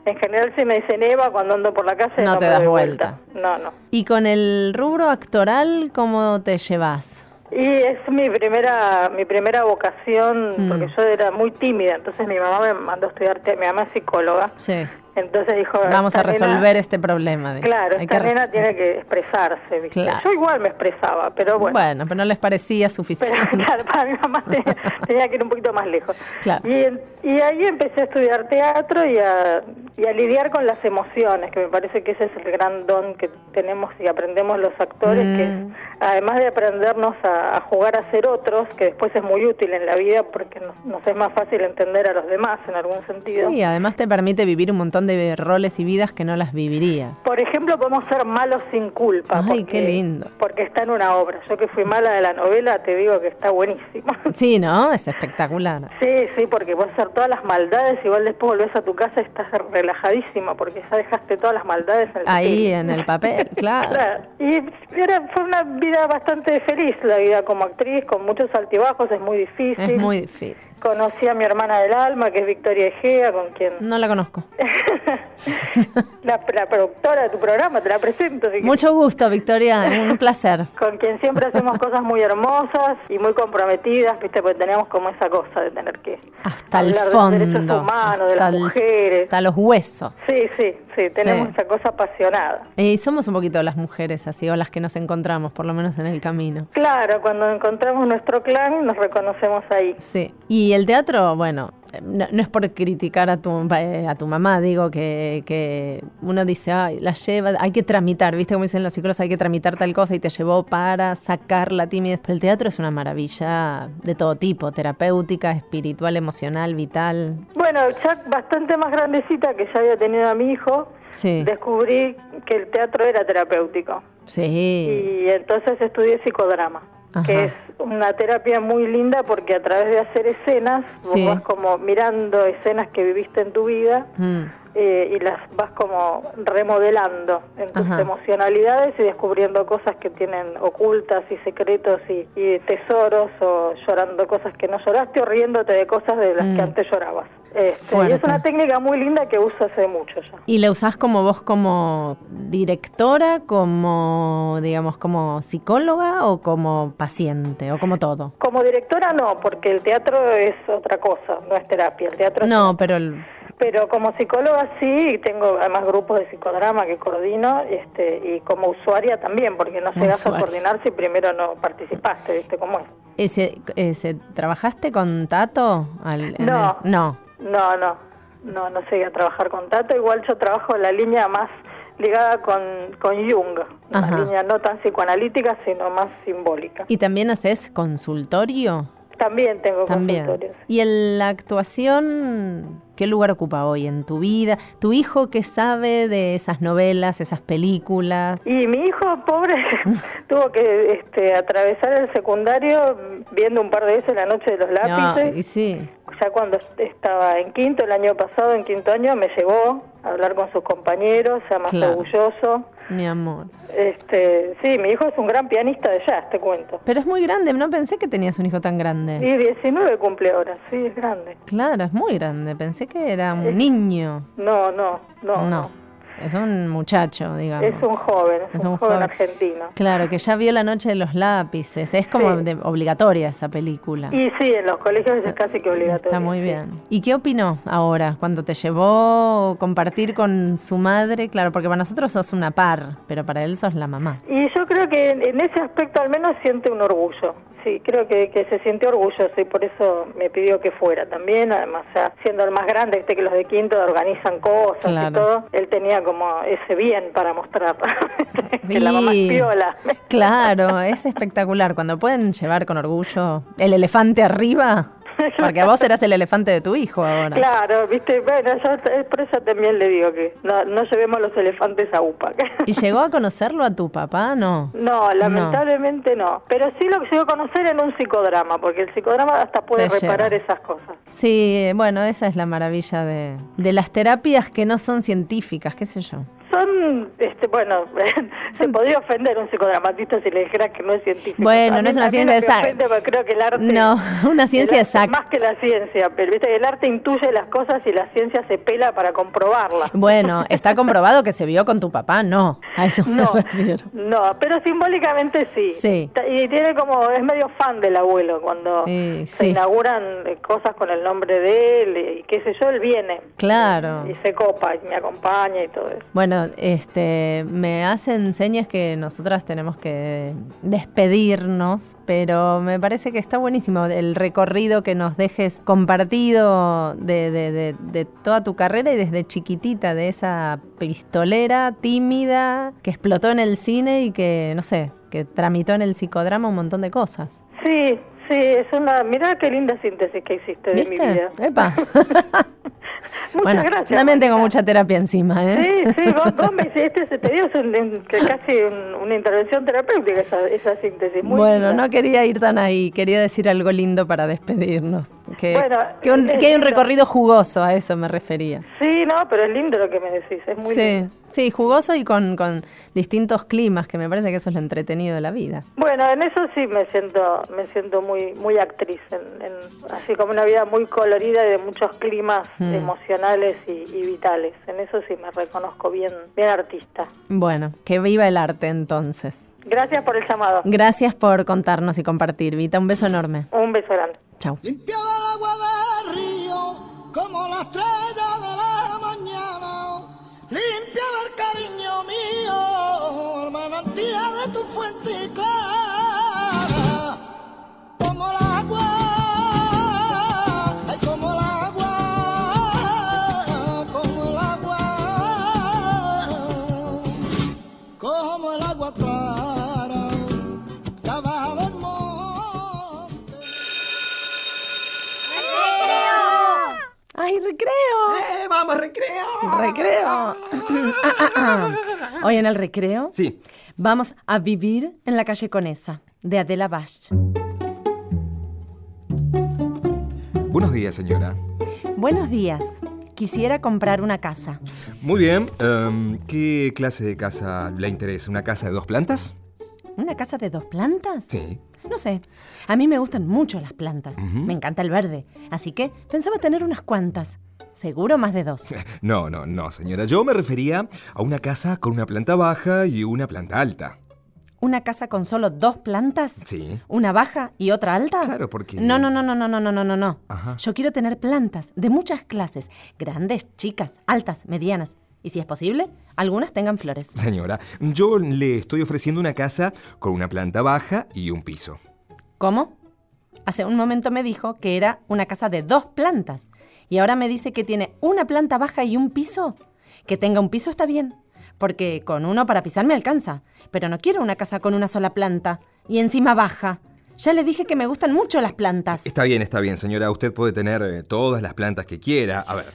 S21: en general si me dicen Eva cuando ando por la calle
S2: No
S21: no,
S2: te
S21: me
S2: das
S21: doy
S2: vuelta.
S21: No, no.
S2: Y con el rubro actoral, ¿cómo te llevas?
S21: Y es mi primera mi primera vocación,
S2: Mm.
S21: porque yo era muy tímida, entonces mi mamá me mandó a estudiar, te- mi mamá es psicóloga,
S2: Sí.
S21: entonces dijo...
S2: Vamos a
S21: "Esta nena-
S2: resolver este problema. dijo.
S21: Claro,
S2: Hay
S21: esta
S2: que
S21: nena
S2: res-
S21: tiene que expresarse, ¿viste?
S2: Claro.
S21: Yo igual me expresaba, pero bueno.
S2: Bueno, pero no les parecía
S21: Pero
S2: suficiente.
S21: claro, para mi mamá tenía, tenía que ir un poquito más lejos.
S2: Claro.
S21: Y, en- y ahí empecé a estudiar teatro y a, y a lidiar con las emociones, que me parece que ese es el gran don que tenemos y aprendemos los actores,
S2: Mm.
S21: que es, además de aprendernos a, a jugar a ser otros, que después es muy útil en la vida porque nos, nos es más fácil entender a los demás en algún sentido.
S2: Sí, además te permite vivir un montón de roles y vidas que no las vivirías.
S21: Por ejemplo, podemos ser malos sin culpa.
S2: Ay,
S21: porque-
S2: qué lindo.
S21: Porque está en una obra. Yo que fui mala de la novela, te digo que está buenísimo.
S2: Sí, ¿no? Es espectacular.
S21: Sí, sí, porque puedes hacer todas las maldades, igual después volvés a tu casa y estás relajadísima porque ya dejaste todas las maldades en el
S2: Ahí
S21: papel.
S2: en el papel, claro.
S21: Claro, y era, fue una vida bastante feliz la vida como actriz, con muchos altibajos, es muy difícil.
S2: Es muy difícil.
S21: Conocí a mi hermana del alma, que es Victoria Egea, con quien
S2: No la conozco.
S21: la, la productora de tu programa, te la presento. si
S2: Mucho gusto, Victoria. Un placer.
S21: con quien siempre hacemos cosas muy hermosas y muy comprometidas, ¿viste? Porque tenemos como esa cosa de tener que
S2: Hasta el
S21: hablar de los derechos
S2: fondo.
S21: humanos, de
S2: hasta
S21: las
S2: el-
S21: mujeres.
S2: hasta los huesos.
S21: Sí, sí, sí, tenemos
S2: Sí.
S21: esa cosa apasionada.
S2: Y somos un poquito las mujeres así, o las que nos encontramos, por lo menos en el camino.
S21: Claro, cuando encontramos nuestro clan nos reconocemos ahí.
S2: Sí. Y el teatro, bueno, no, no es por criticar a tu, eh, a tu mamá, digo que, que uno dice, ay, la lleva, hay que tramitar, ¿viste? Como dicen los psicólogos, hay que tramitar tal cosa y te llevó para sacar la timidez. Pero el teatro es una maravilla de todo tipo, terapéutica, espiritual, emocional, vital.
S21: Bueno, ya bastante más grandecita que ya había tenido a mi hijo,
S2: Sí.
S21: descubrí que el teatro era terapéutico.
S2: Sí.
S21: Y entonces estudié psicodrama,
S2: Ajá.
S21: que es una terapia muy linda porque a través de hacer escenas, vos
S2: Sí.
S21: vas como mirando escenas que viviste en tu vida
S2: Mm.
S21: eh, y las vas como remodelando en tus
S2: Ajá.
S21: emocionalidades y descubriendo cosas que tienen ocultas y secretos y, y tesoros o llorando cosas que no lloraste o riéndote de cosas de las que antes llorabas. Este, y es
S2: Mm. Fuerte.
S21: una técnica muy linda que uso hace mucho ya.
S2: ¿Y la usás como vos como directora, como, digamos, como psicóloga o como paciente o como todo?
S21: Como directora no, porque el teatro es otra cosa, no es terapia, el teatro es
S2: No, pero el-
S21: Pero como psicóloga sí, y tengo además grupos de psicodrama que coordino, este, y como usuaria también, porque no
S2: Como
S21: llegas a
S2: usuaria.
S21: coordinar si primero no participaste, ¿viste cómo es?
S2: ese, ese- ¿trabajaste con Tato? al- en
S21: No.
S2: el- no.
S21: No, no, no, no llegué a trabajar con Tato, igual yo trabajo la línea más ligada con, con Jung, una
S2: Ajá.
S21: línea no tan psicoanalítica, sino más simbólica.
S2: ¿Y también haces consultorio?
S21: También tengo
S2: También.
S21: consultorios.
S2: ¿Y en la actuación qué lugar ocupa hoy en tu vida? ¿Tu hijo qué sabe de esas novelas, esas películas?
S21: Y mi hijo pobre tuvo que este, atravesar el secundario viendo un par de veces la noche de los lápices.
S2: No, y sí.
S21: ya cuando est- estaba en quinto el año pasado, en quinto año, me llevó a hablar con sus compañeros, ya más
S2: Claro.
S21: orgulloso.
S2: Mi amor.
S21: Este, sí, mi hijo es un gran pianista de jazz, te cuento.
S2: Pero es muy grande, no pensé que tenías un hijo tan grande.
S21: Y 19 cumple ahora, sí, es grande.
S2: Claro, es muy grande. Pensé que era un niño.
S21: No, no, no.
S2: No, es un muchacho, digamos.
S21: Es un joven, es, un, joven, argentino.
S2: Claro, que ya vio La Noche de los Lápices. Es como de- obligatoria esa película.
S21: Y sí, en los colegios es casi que obligatorio.
S2: Está muy
S21: sí.
S2: bien. ¿Y qué opinó ahora cuando te llevó a compartir con su madre? Claro, porque para nosotros sos una par, pero para él sos la mamá.
S21: Y yo creo que en, en ese aspecto al menos siente un orgullo. Sí, creo que, que se siente orgulloso y por eso me pidió que fuera también. Además, ya siendo el más grande, este que los de quinto organizan cosas
S2: Claro.
S21: y todo, él tenía como ese bien para mostrar. que la mamá
S2: Sí.
S21: es piola.
S2: Claro, es espectacular. Cuando pueden llevar con orgullo el elefante arriba. Porque vos serás el elefante de tu hijo ahora.
S21: Claro, viste, bueno, yo t- por eso también le digo que no, no llevemos los elefantes a UPA.
S2: ¿Y llegó a conocerlo a tu papá? No.
S21: No, lamentablemente no. Pero sí lo llegó a conocer en un psicodrama, porque el psicodrama hasta puede
S2: Te lleva.
S21: reparar esas cosas.
S2: Sí, bueno, esa es la maravilla de, de las terapias que no son científicas, qué sé yo.
S21: Son, este, bueno, se podría ofender un psicodramatista si le dijera que no es científico.
S2: Bueno,
S21: A
S2: no es
S21: mí-
S2: una
S21: a mí
S2: ciencia
S21: no me
S2: exacta.
S21: ofende, porque creo que el arte...
S2: No, una ciencia
S21: el arte-
S2: exacta.
S21: Más que la ciencia, pero viste, el arte intuye las cosas y la ciencia se pela para comprobarlas.
S2: Bueno, está comprobado que se vio con tu papá, no. A eso me
S21: No.
S2: refiero.
S21: No, pero simbólicamente sí.
S2: Sí.
S21: Ta- Y tiene como, es medio fan del abuelo cuando
S2: Sí,
S21: se
S2: sí.
S21: inauguran eh, cosas con el nombre de él y qué sé yo, él viene
S2: Claro.
S21: y se copa y me acompaña y todo eso.
S2: Bueno, este, me hacen señas que nosotras tenemos que despedirnos, pero me parece que está buenísimo el recorrido que nos dejes compartido de, de- de- de toda tu carrera y desde chiquitita, de esa pistolera tímida que explotó en el cine y que, no sé, que tramitó en el psicodrama un montón de cosas.
S21: Sí, sí, es una, mirá qué linda síntesis que hiciste de mi
S2: ¿Viste?
S21: vida.
S2: Epa.
S21: Muchas
S2: bueno, yo
S21: gracias.
S2: también tengo mucha terapia encima, ¿eh?
S21: Sí, sí, vos, vos me hiciste, este, te digo, es un- un- que casi un- una intervención terapéutica esa, esa síntesis. Muy
S2: bueno,
S21: linda.
S2: no quería ir tan ahí, quería decir algo lindo para despedirnos. Que,
S21: Bueno,
S2: eh, que, un-
S21: es
S2: que hay un
S21: lindo.
S2: recorrido jugoso, a eso me refería.
S21: Sí, no, pero es lindo lo que me decís, es muy lindo.
S2: Sí, sí, jugoso y con, con distintos climas, que me parece que eso es lo entretenido de la vida.
S21: Bueno, en eso sí me siento, me siento muy, muy actriz, en, en- así como una vida muy colorida y de muchos climas
S2: Mm.
S21: emocionales y, y vitales. En eso sí me reconozco bien, bien artista.
S2: Bueno, que viva el arte entonces.
S21: Gracias por el llamado.
S2: Gracias por contarnos y compartir, Vita. Un beso enorme.
S21: Un beso grande.
S2: Chau.
S1: como la estrella de la mañana, limpiaba el cariño mío, el manantial de tu fuente clara, como el agua, ay, como el agua, como el agua, como el agua clara, la baja del monte.
S2: ¡Ay, recreo!
S1: ¡Eh, vamos, recreo!
S2: ¡Recreo! Ah, ah, ah. Hoy en el recreo
S3: sí.
S2: vamos a vivir en la calle Conesa, de Adela Bash.
S3: Buenos días, señora.
S2: Buenos días. Quisiera comprar una casa.
S3: Muy bien. em, ¿Qué clase de casa le interesa? ¿Una casa de dos plantas?
S2: ¿Una casa de dos plantas?
S3: Sí.
S2: No sé. A mí me gustan mucho las plantas.
S3: Ujú.
S2: Me encanta el verde. Así que pensaba tener unas cuantas. Seguro más de dos.
S3: No, no, no, señora. Yo me refería a una casa con una planta baja y una planta alta.
S2: ¿Una casa con solo dos plantas?
S3: Sí.
S2: ¿Una baja y otra alta?
S3: Claro, porque-
S2: No, no, no, no, no, no, no, no, no, no.
S3: Ajá.
S2: Yo quiero tener plantas de muchas clases. Grandes, chicas, altas, medianas. Y si es posible, algunas tengan flores.
S3: Señora, yo le estoy ofreciendo una casa con una planta baja y un piso.
S2: ¿Cómo? Hace un momento me dijo que era una casa de dos plantas y ahora me dice que tiene una planta baja y un piso. Que tenga un piso está bien, porque con uno para pisar me alcanza, pero no quiero una casa con una sola planta y encima baja. Ya le dije que me gustan mucho las plantas.
S3: Está bien, está bien, señora. Usted puede tener eh, todas las plantas que quiera. A ver,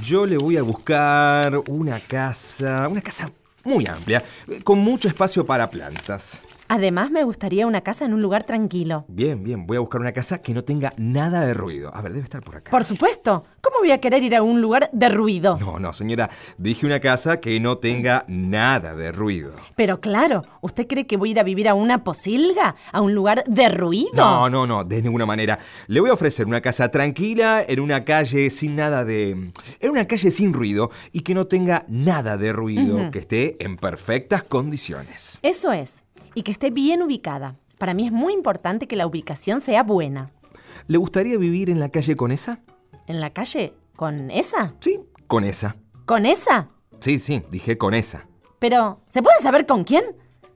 S3: yo le voy a buscar una casa, una casa muy amplia, eh, con mucho espacio para plantas.
S2: Además me gustaría una casa en un lugar tranquilo.
S3: Bien, bien, voy a buscar una casa que no tenga nada de ruido. A ver, debe estar por acá.
S2: Por supuesto, ¿cómo voy a querer ir a un lugar de ruido?
S3: No, no, señora, dije una casa que no tenga nada de ruido.
S2: Pero claro, ¿usted cree que voy a ir a vivir a una posilga? ¿A un lugar de ruido?
S3: No, no, no, de ninguna manera. Le voy a ofrecer una casa tranquila, en una calle sin nada de... En una calle sin ruido y que no tenga nada de ruido,
S2: Ujú.
S3: que esté en perfectas condiciones.
S2: Eso es, y que esté bien ubicada. Para mí es muy importante que la ubicación sea buena.
S3: ¿Le gustaría vivir en la calle con esa?
S2: ¿En la calle? ¿Con esa?
S3: Sí. Con esa.
S2: ¿Con esa?
S3: Sí, sí, dije con esa.
S2: Pero, ¿se puede saber con quién?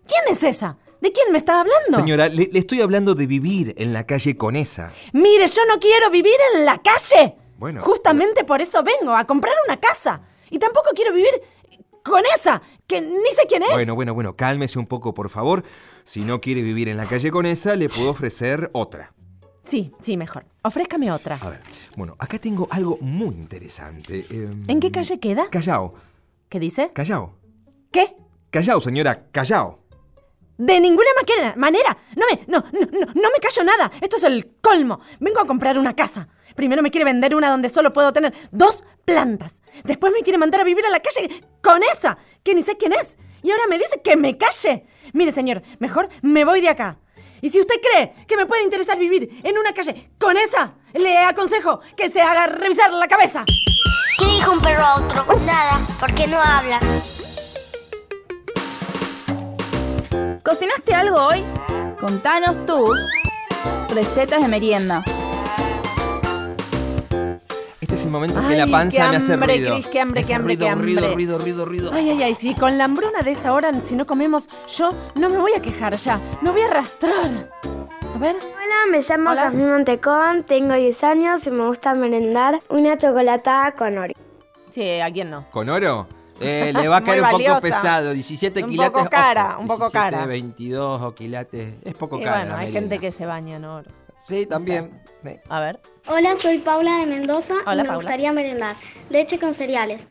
S2: ¿Quién es esa? ¿De quién me está hablando?
S3: Señora, le, le estoy hablando de vivir en la calle con esa.
S2: Mire, yo no quiero vivir en la calle.
S3: Bueno,
S2: Justamente por eso vengo, a comprar una casa. Y tampoco quiero vivir con esa, que ni sé quién es.
S3: bueno, bueno, bueno, cálmese un poco, por favor. Si no quiere vivir en la calle con esa, le puedo ofrecer otra.
S2: Sí, sí, mejor. Ofrézcame otra.
S3: A ver, bueno, acá tengo algo muy interesante. Em,
S2: ¿En qué calle queda?
S3: Callao.
S2: ¿Qué dice?
S3: Callao.
S2: ¿Qué?
S3: Callao, señora, callao.
S2: De ninguna maquera- manera. No me, no, no, no, no me callo nada. Esto es el colmo. Vengo a comprar una casa. Primero me quiere vender una donde solo puedo tener dos plantas. Después me quiere mandar a vivir a la calle con esa, que ni sé quién es. Y ahora me dice que me calle. Mire, señor, mejor me voy de acá. Y si usted cree que me puede interesar vivir en una calle con esa, le aconsejo que se haga revisar la cabeza.
S6: ¿Qué dijo un perro a otro? Nada, porque no habla.
S7: ¿Cocinaste algo hoy? Contanos tus recetas de merienda.
S3: Este es el momento en que la
S2: Ay,
S3: panza
S2: qué
S3: me hace
S2: hambre,
S3: ruido.
S2: Cris, qué hambre,
S3: Me
S2: qué
S3: hace
S2: hambre,
S3: ruido,
S2: qué
S3: ruido,
S2: hambre.
S3: ruido, ruido, ruido.
S2: Ay, ay, ay, sí, con la hambruna de esta hora, si no comemos, yo no me voy a quejar ya, me voy a arrastrar. A ver.
S6: Hola, me llamo Jazmín Montecón, tengo 10 años y me gusta merendar una chocolatada con Oreo.
S2: Sí, ¿a quién no?
S3: ¿Con oro? Eh, le va a
S2: Muy
S3: caer un poco
S2: valiosa.
S3: pesado. 17
S2: Un
S3: quilates.
S2: poco cara, un poco
S3: 17,
S2: cara.
S3: 22 o quilates. Es poco
S2: Y
S3: cara.
S2: bueno,
S3: la
S2: hay
S3: melena.
S2: gente que se baña en oro.
S3: Sí, también.
S2: A ver.
S4: Hola, soy Paula de Mendoza
S2: Hola,
S4: y me
S2: Paula.
S4: gustaría merendar leche con cereales.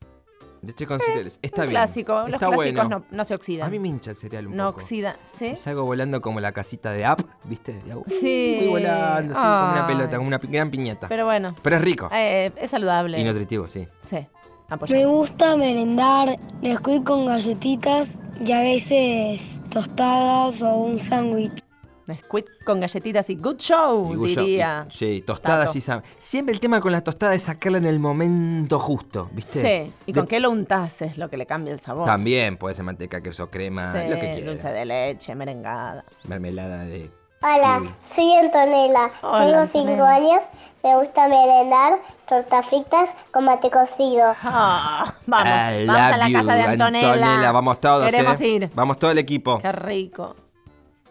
S3: Leche con cereales. Está
S2: un
S3: bien.
S2: clásico, los
S3: Está
S2: clásicos
S3: bueno.
S2: no, no se oxidan.
S3: A mí me hincha el cereal un
S2: no
S3: poco.
S2: oxida, ¿sí?
S3: Y salgo volando como la casita de App, ¿viste? Y hago,
S2: Sí.
S3: Voy volando, sí, como una
S2: Ay.
S3: pelota, como una pi- gran piñata.
S2: Pero bueno.
S3: Pero es rico.
S2: Eh, es saludable.
S3: Y nutritivo, sí.
S2: Sí.
S4: Me
S2: Apoyamos.
S4: gusta merendar Nesquik con galletitas y a veces tostadas o un sándwich.
S2: Nesquik con galletitas y good show,
S3: Y guyo,
S2: diría.
S3: y- sí, tostadas
S2: Tato.
S3: y sam- Siempre el tema con las tostadas es sacarla en el momento justo, ¿viste?
S2: Sí, y con
S3: De-
S2: qué lo untás es lo que le cambia el sabor.
S3: También puede ser manteca, queso, crema,
S2: Sí,
S3: lo que quieras.
S2: dulce de leche, merengada.
S3: Mermelada de.
S22: Hola, soy Antonella,
S2: Hola,
S22: tengo 5
S2: Antonella.
S22: años, me gusta merendar tortas fritas con mate cocido.
S2: Vamos,
S3: I
S2: vamos a
S3: love
S2: la
S3: you,
S2: casa de Antonella.
S3: Vamos todos.
S2: Queremos
S22: eh.
S2: ir.
S3: Vamos todo el equipo.
S2: Oh. Qué rico.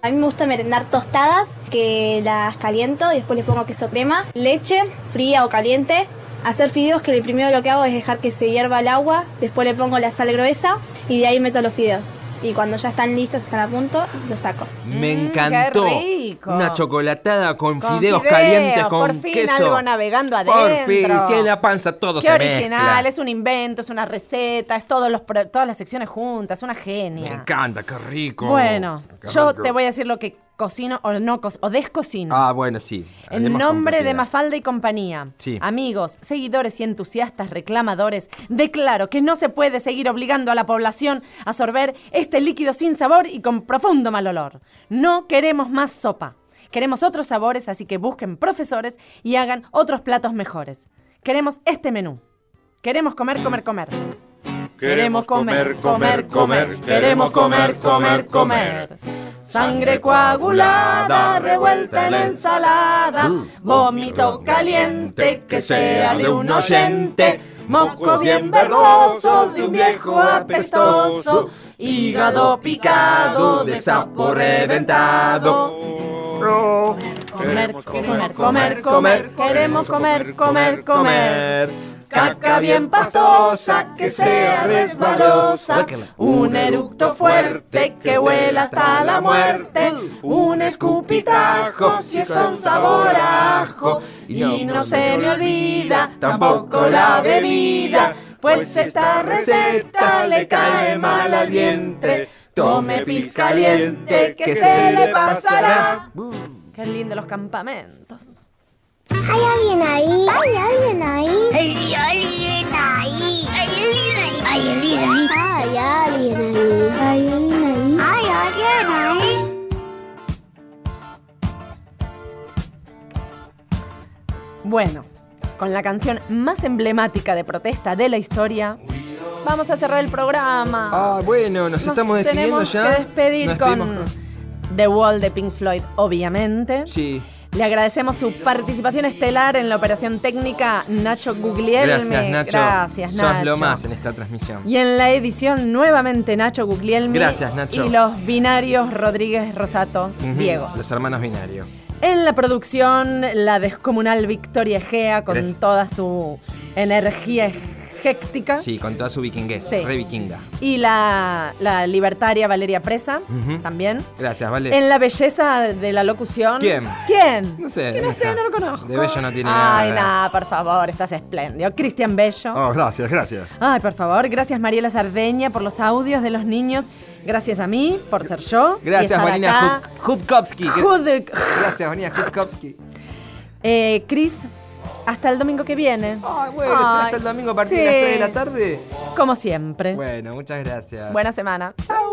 S22: A mí me gusta merendar tostadas, que las caliento y después les pongo queso crema, leche fría o caliente, hacer fideos que lo primero lo que hago es dejar que se hierva el agua, después le pongo la sal gruesa y de ahí meto los fideos. Y cuando ya están listos, están a punto, los saco.
S3: Me
S2: Mm,
S3: encantó.
S22: rico.
S3: Una chocolatada con,
S22: Con fideos,
S3: fideos, calientes
S2: Por
S3: con
S2: fin
S3: queso.
S2: algo navegando adentro.
S3: Por fin, si en la panza todo
S2: Qué
S3: se
S2: original,
S3: mezcla.
S2: es un invento, es una receta, es todos los, pro- todas las secciones juntas, una genia.
S3: Me encanta, qué rico.
S2: Bueno,
S3: Qué
S2: yo
S3: rico.
S2: te voy a decir lo que cocino o no co- o descocino.
S3: Ah, bueno, sí.
S2: En
S3: Hablemos
S2: nombre de
S3: con propiedad.
S2: Mafalda y compañía,
S3: Sí.
S2: amigos, seguidores y entusiastas reclamadores, declaro que no se puede seguir obligando a la población a sorber este líquido sin sabor y con profundo mal olor. No queremos más sopa. Queremos otros sabores, así que busquen profesores y hagan otros platos mejores. Queremos este menú. Queremos comer, comer, comer.
S23: Queremos comer, comer, comer.
S2: Queremos comer, comer, comer. Sangre coagulada revuelta en la ensalada. Uh, Vómito caliente que sea de un oyente. Mocos bien verdosos de un viejo apestoso. Hígado picado de sapo reventado. Comer, comer, comer, comer. Queremos comer, comer, comer. Caca bien pastosa que sea resbalosa. Un eructo fuerte que huela hasta la muerte. Un escupitajo si es con sabor a ajo. Y no se me olvida tampoco la bebida. Pues esta receta le cae mal al vientre. Tome pis caliente que se le pasará. Uh. Qué lindo los campamentos.
S6: ¿Hay alguien ahí? ¿Hay alguien ahí?
S4: ¿Hay alguien ahí? ¿Hay alguien ahí? ¿Hay alguien ahí? ¿Hay alguien ahí? ¿Hay alguien ahí?
S2: Bueno, con la canción más emblemática de protesta de la historia, vamos a cerrar el programa.
S3: Ah, bueno, nos, estamos despidiendo
S2: tenemos
S3: ya.
S2: que despedir
S3: Nos
S2: con
S3: despedimos
S2: The Wall de Pink Floyd, obviamente.
S3: Sí.
S2: Le agradecemos su participación estelar en la operación técnica Nacho Guglielmi.
S3: Gracias, Nacho.
S2: Gracias,
S3: Sos
S2: Nacho.
S3: lo más en esta transmisión.
S2: Y en la edición nuevamente Nacho Guglielmi.
S3: Gracias, Nacho.
S2: Y los binarios Rodríguez Rosato
S3: Ujú,
S2: Diego.
S3: Los hermanos binarios.
S2: En la producción, la descomunal Victoria Gea con
S3: Gracias.
S2: toda su energía Héctica.
S3: Sí, con toda su vikinguez.
S2: Sí.
S3: Re vikinga.
S2: Y la, la libertaria Valeria Presa,
S3: Ujú.
S2: también.
S3: Gracias, vale.
S2: En la belleza de la locución.
S3: ¿Quién?
S2: ¿Quién?
S3: No sé.
S2: Que no
S3: ahí
S2: sé,
S3: está.
S2: no lo conozco.
S3: De bello no tiene
S2: Ay,
S3: nada. eh.
S2: nada, por favor, estás espléndido. Cristian Bello.
S3: Oh, gracias, gracias.
S2: Ay, por favor, gracias Mariela Sardeña por los audios de los niños. Gracias a mí por ser yo. y
S3: Gracias,
S2: estar
S3: Marina
S2: acá.
S3: Jud- Judkowski.
S2: Judek.
S3: Gracias, Marina Judkowski.
S2: Eh, Cris, hasta el domingo que viene.
S3: Ay, Bueno, será hasta el domingo a partir de las 3 de la tarde.
S2: Como siempre.
S3: Bueno, muchas gracias.
S2: Buena semana. Chau.